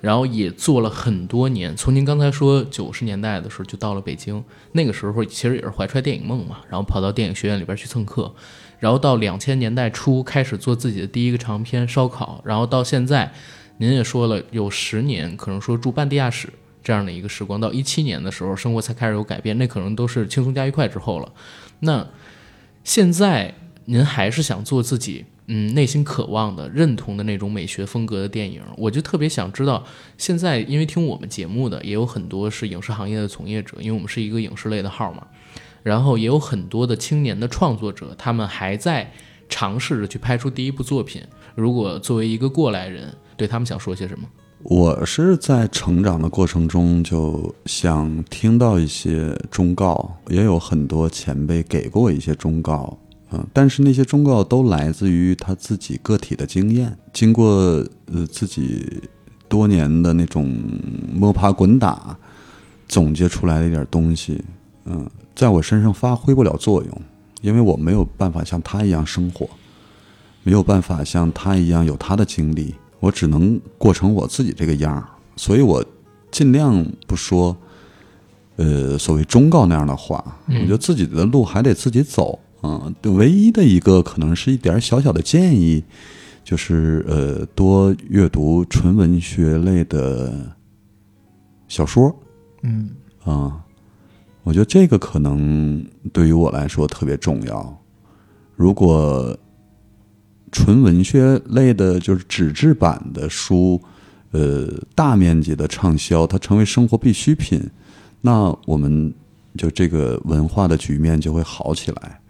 然后也做了很多年。从您刚才说九十年代的时候就到了北京，那个时候其实也是怀揣电影梦嘛，然后跑到电影学院里边去蹭课，然后到两千年代初开始做自己的第一个长片《烧烤》，然后到现在，您也说了有十年，可能说住半地下室这样的一个时光，到一七年的时候生活才开始有改变，那可能都是轻松加愉快之后了。那现在您还是想做自己嗯内心渴望的、认同的那种美学风格的电影，我就特别想知道，现在因为听我们节目的也有很多是影视行业的从业者，因为我们是一个影视类的号嘛，然后也有很多的青年的创作者，他们还在尝试着去拍出第一部作品。如果作为一个过来人，对他们想说些什么？
我是在成长的过程中，就想听到一些忠告，也有很多前辈给过我一些忠告，嗯，但是那些忠告都来自于他自己个体的经验，经过呃自己多年的那种摸爬滚打，总结出来的一点东西，嗯，在我身上发挥不了作用，因为我没有办法像他一样生活，没有办法像他一样有他的经历，我只能过成我自己这个样儿，所以我尽量不说，呃，所谓忠告那样的话。我觉得自己的路还得自己走啊、对唯一的一个可能是一点儿小小的建议，就是呃，多阅读纯文学类的小说。
嗯
啊，我觉得这个可能对于我来说特别重要。如果纯文学类的，就是纸质版的书，呃，大面积的畅销，它成为生活必需品，那我们就这个文化的局面就会好起来。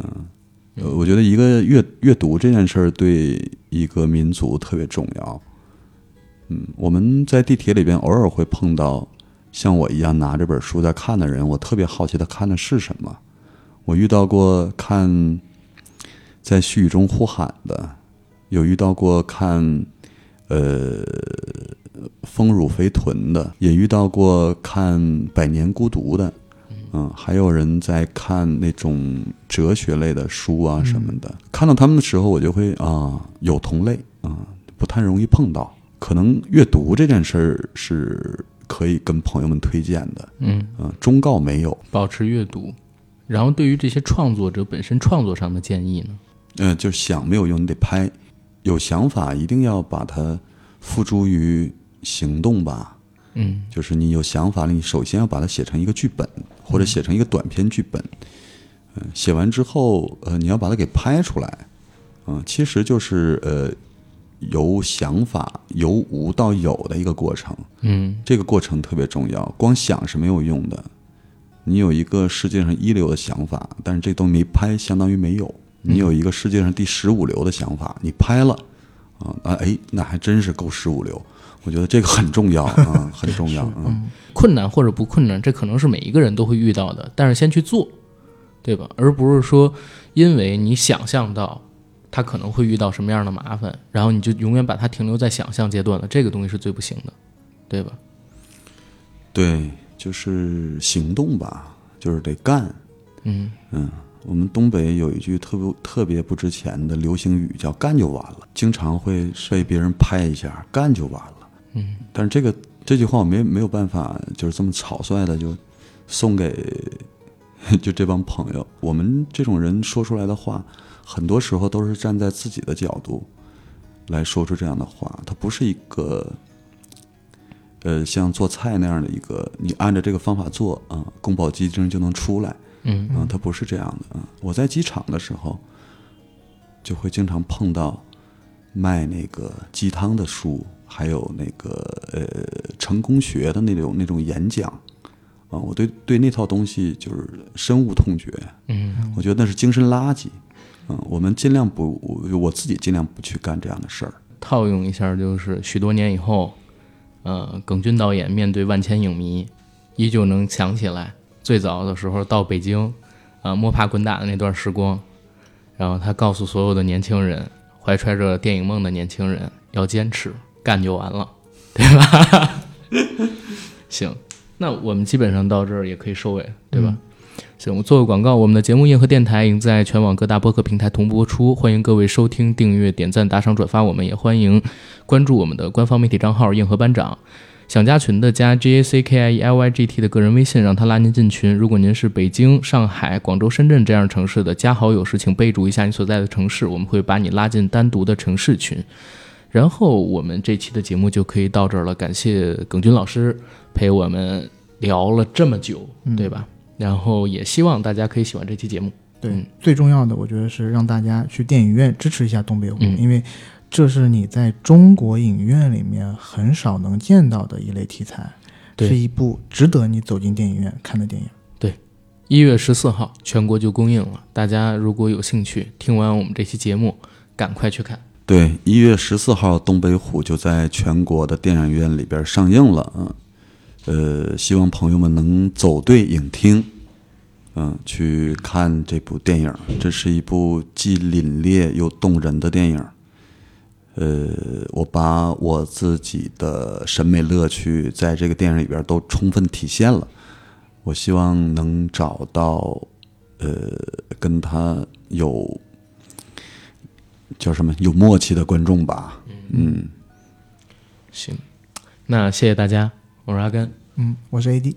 嗯，呃，我觉得一个阅阅读这件事儿对一个民族特别重要。嗯，我们在地铁里边偶尔会碰到像我一样拿着本书在看的人，我特别好奇他看的是什么。我遇到过看在细雨中呼喊的，有遇到过看呃丰乳肥臀的，也遇到过看《百年孤独》的，嗯，还有人在看那种哲学类的书啊什么的。看到他们的时候，我就会啊，有同类啊，不太容易碰到。可能阅读这件事儿是可以跟朋友们推荐的，
嗯，
嗯，忠告没有，
保持阅读。然后对于这些创作者本身创作上的建议呢？
嗯、就是想没有用，你得拍。有想法一定要把它付诸于行动吧。
嗯，
就是你有想法了，你首先要把它写成一个剧本，或者写成一个短篇剧本。嗯、写完之后，呃，你要把它给拍出来。嗯、其实就是呃，由想法由无到有的一个过程。
嗯
这个过程特别重要，光想是没有用的。你有一个世界上一流的想法，但是这东西没拍，相当于没有。你有一个世界上第十五流的想法，你拍了，啊啊哎，那还真是够十五流。我觉得这个很重要啊，很重要。嗯，
困难或者不困难，这可能是每一个人都会遇到的，但是先去做，对吧？而不是说因为你想象到他可能会遇到什么样的麻烦，然后你就永远把它停留在想象阶段了，这个东西是最不行的，对吧？
对，就是行动吧，就是得干。
嗯
我们东北有一句特别特别不值钱的流行语，叫“干就完了”，经常会被别人拍一下，“干就完了”。
嗯，
但是这个这句话我没没有办法，就是这么草率的就送给就这帮朋友。我们这种人说出来的话，很多时候都是站在自己的角度来说出这样的话，它不是一个。呃，像做菜那样的一个，你按照这个方法做啊、宫保鸡丁就能出来。
嗯
啊，它不是这样的啊。我在机场的时候，就会经常碰到卖那个鸡汤的书，还有那个呃成功学的那种那种演讲啊，我对对那套东西就是深恶痛绝。
嗯
我觉得那是精神垃圾。嗯，我们尽量不，我我自己尽量不去干这样的事儿。
套用一下，就是许多年以后，呃，耿军导演面对万千影迷，依旧能想起来最早的时候到北京，啊、摸爬滚打的那段时光。然后他告诉所有的年轻人，怀揣着电影梦的年轻人，要坚持，干就完了， 对吧？ 行，那我们基本上到这儿也可以收尾，对吧？行，我做个广告，我们的节目《硬核电台》已经在全网各大播客平台同步播出，欢迎各位收听、订阅、点赞、打赏、转发，我们也欢迎关注我们的官方媒体账号“硬核班长”。想加群的加 J A C K I E L Y G T 的个人微信，让他拉您进群。如果您是北京、上海、广州、深圳这样城市的，加好友时请备注一下你所在的城市，我们会把你拉进单独的城市群。然后我们这期的节目就可以到这儿了，感谢耿军老师陪我们聊了这么久，对吧？然后也希望大家可以喜欢这期节目。
对，
嗯
最重要的我觉得是让大家去电影院支持一下东北虎，
嗯
因为这是你在中国影院里面很少能见到的一类题材，
对
是一部值得你走进电影院看的电影。
一月十四号全国就公映了，大家如果有兴趣，听完我们这期节目，赶快去看。
对，一月十四号，《东北虎》就在全国的电影院里边上映了。嗯，呃，希望朋友们能走对影厅，嗯，去看这部电影。这是一部既凛冽又动人的电影。呃，我把我自己的审美乐趣在这个电影里边都充分体现了。我希望能找到，呃，跟他有叫什么有默契的观众吧。嗯，
行，那谢谢大家，我是阿甘。
嗯，我是 AD。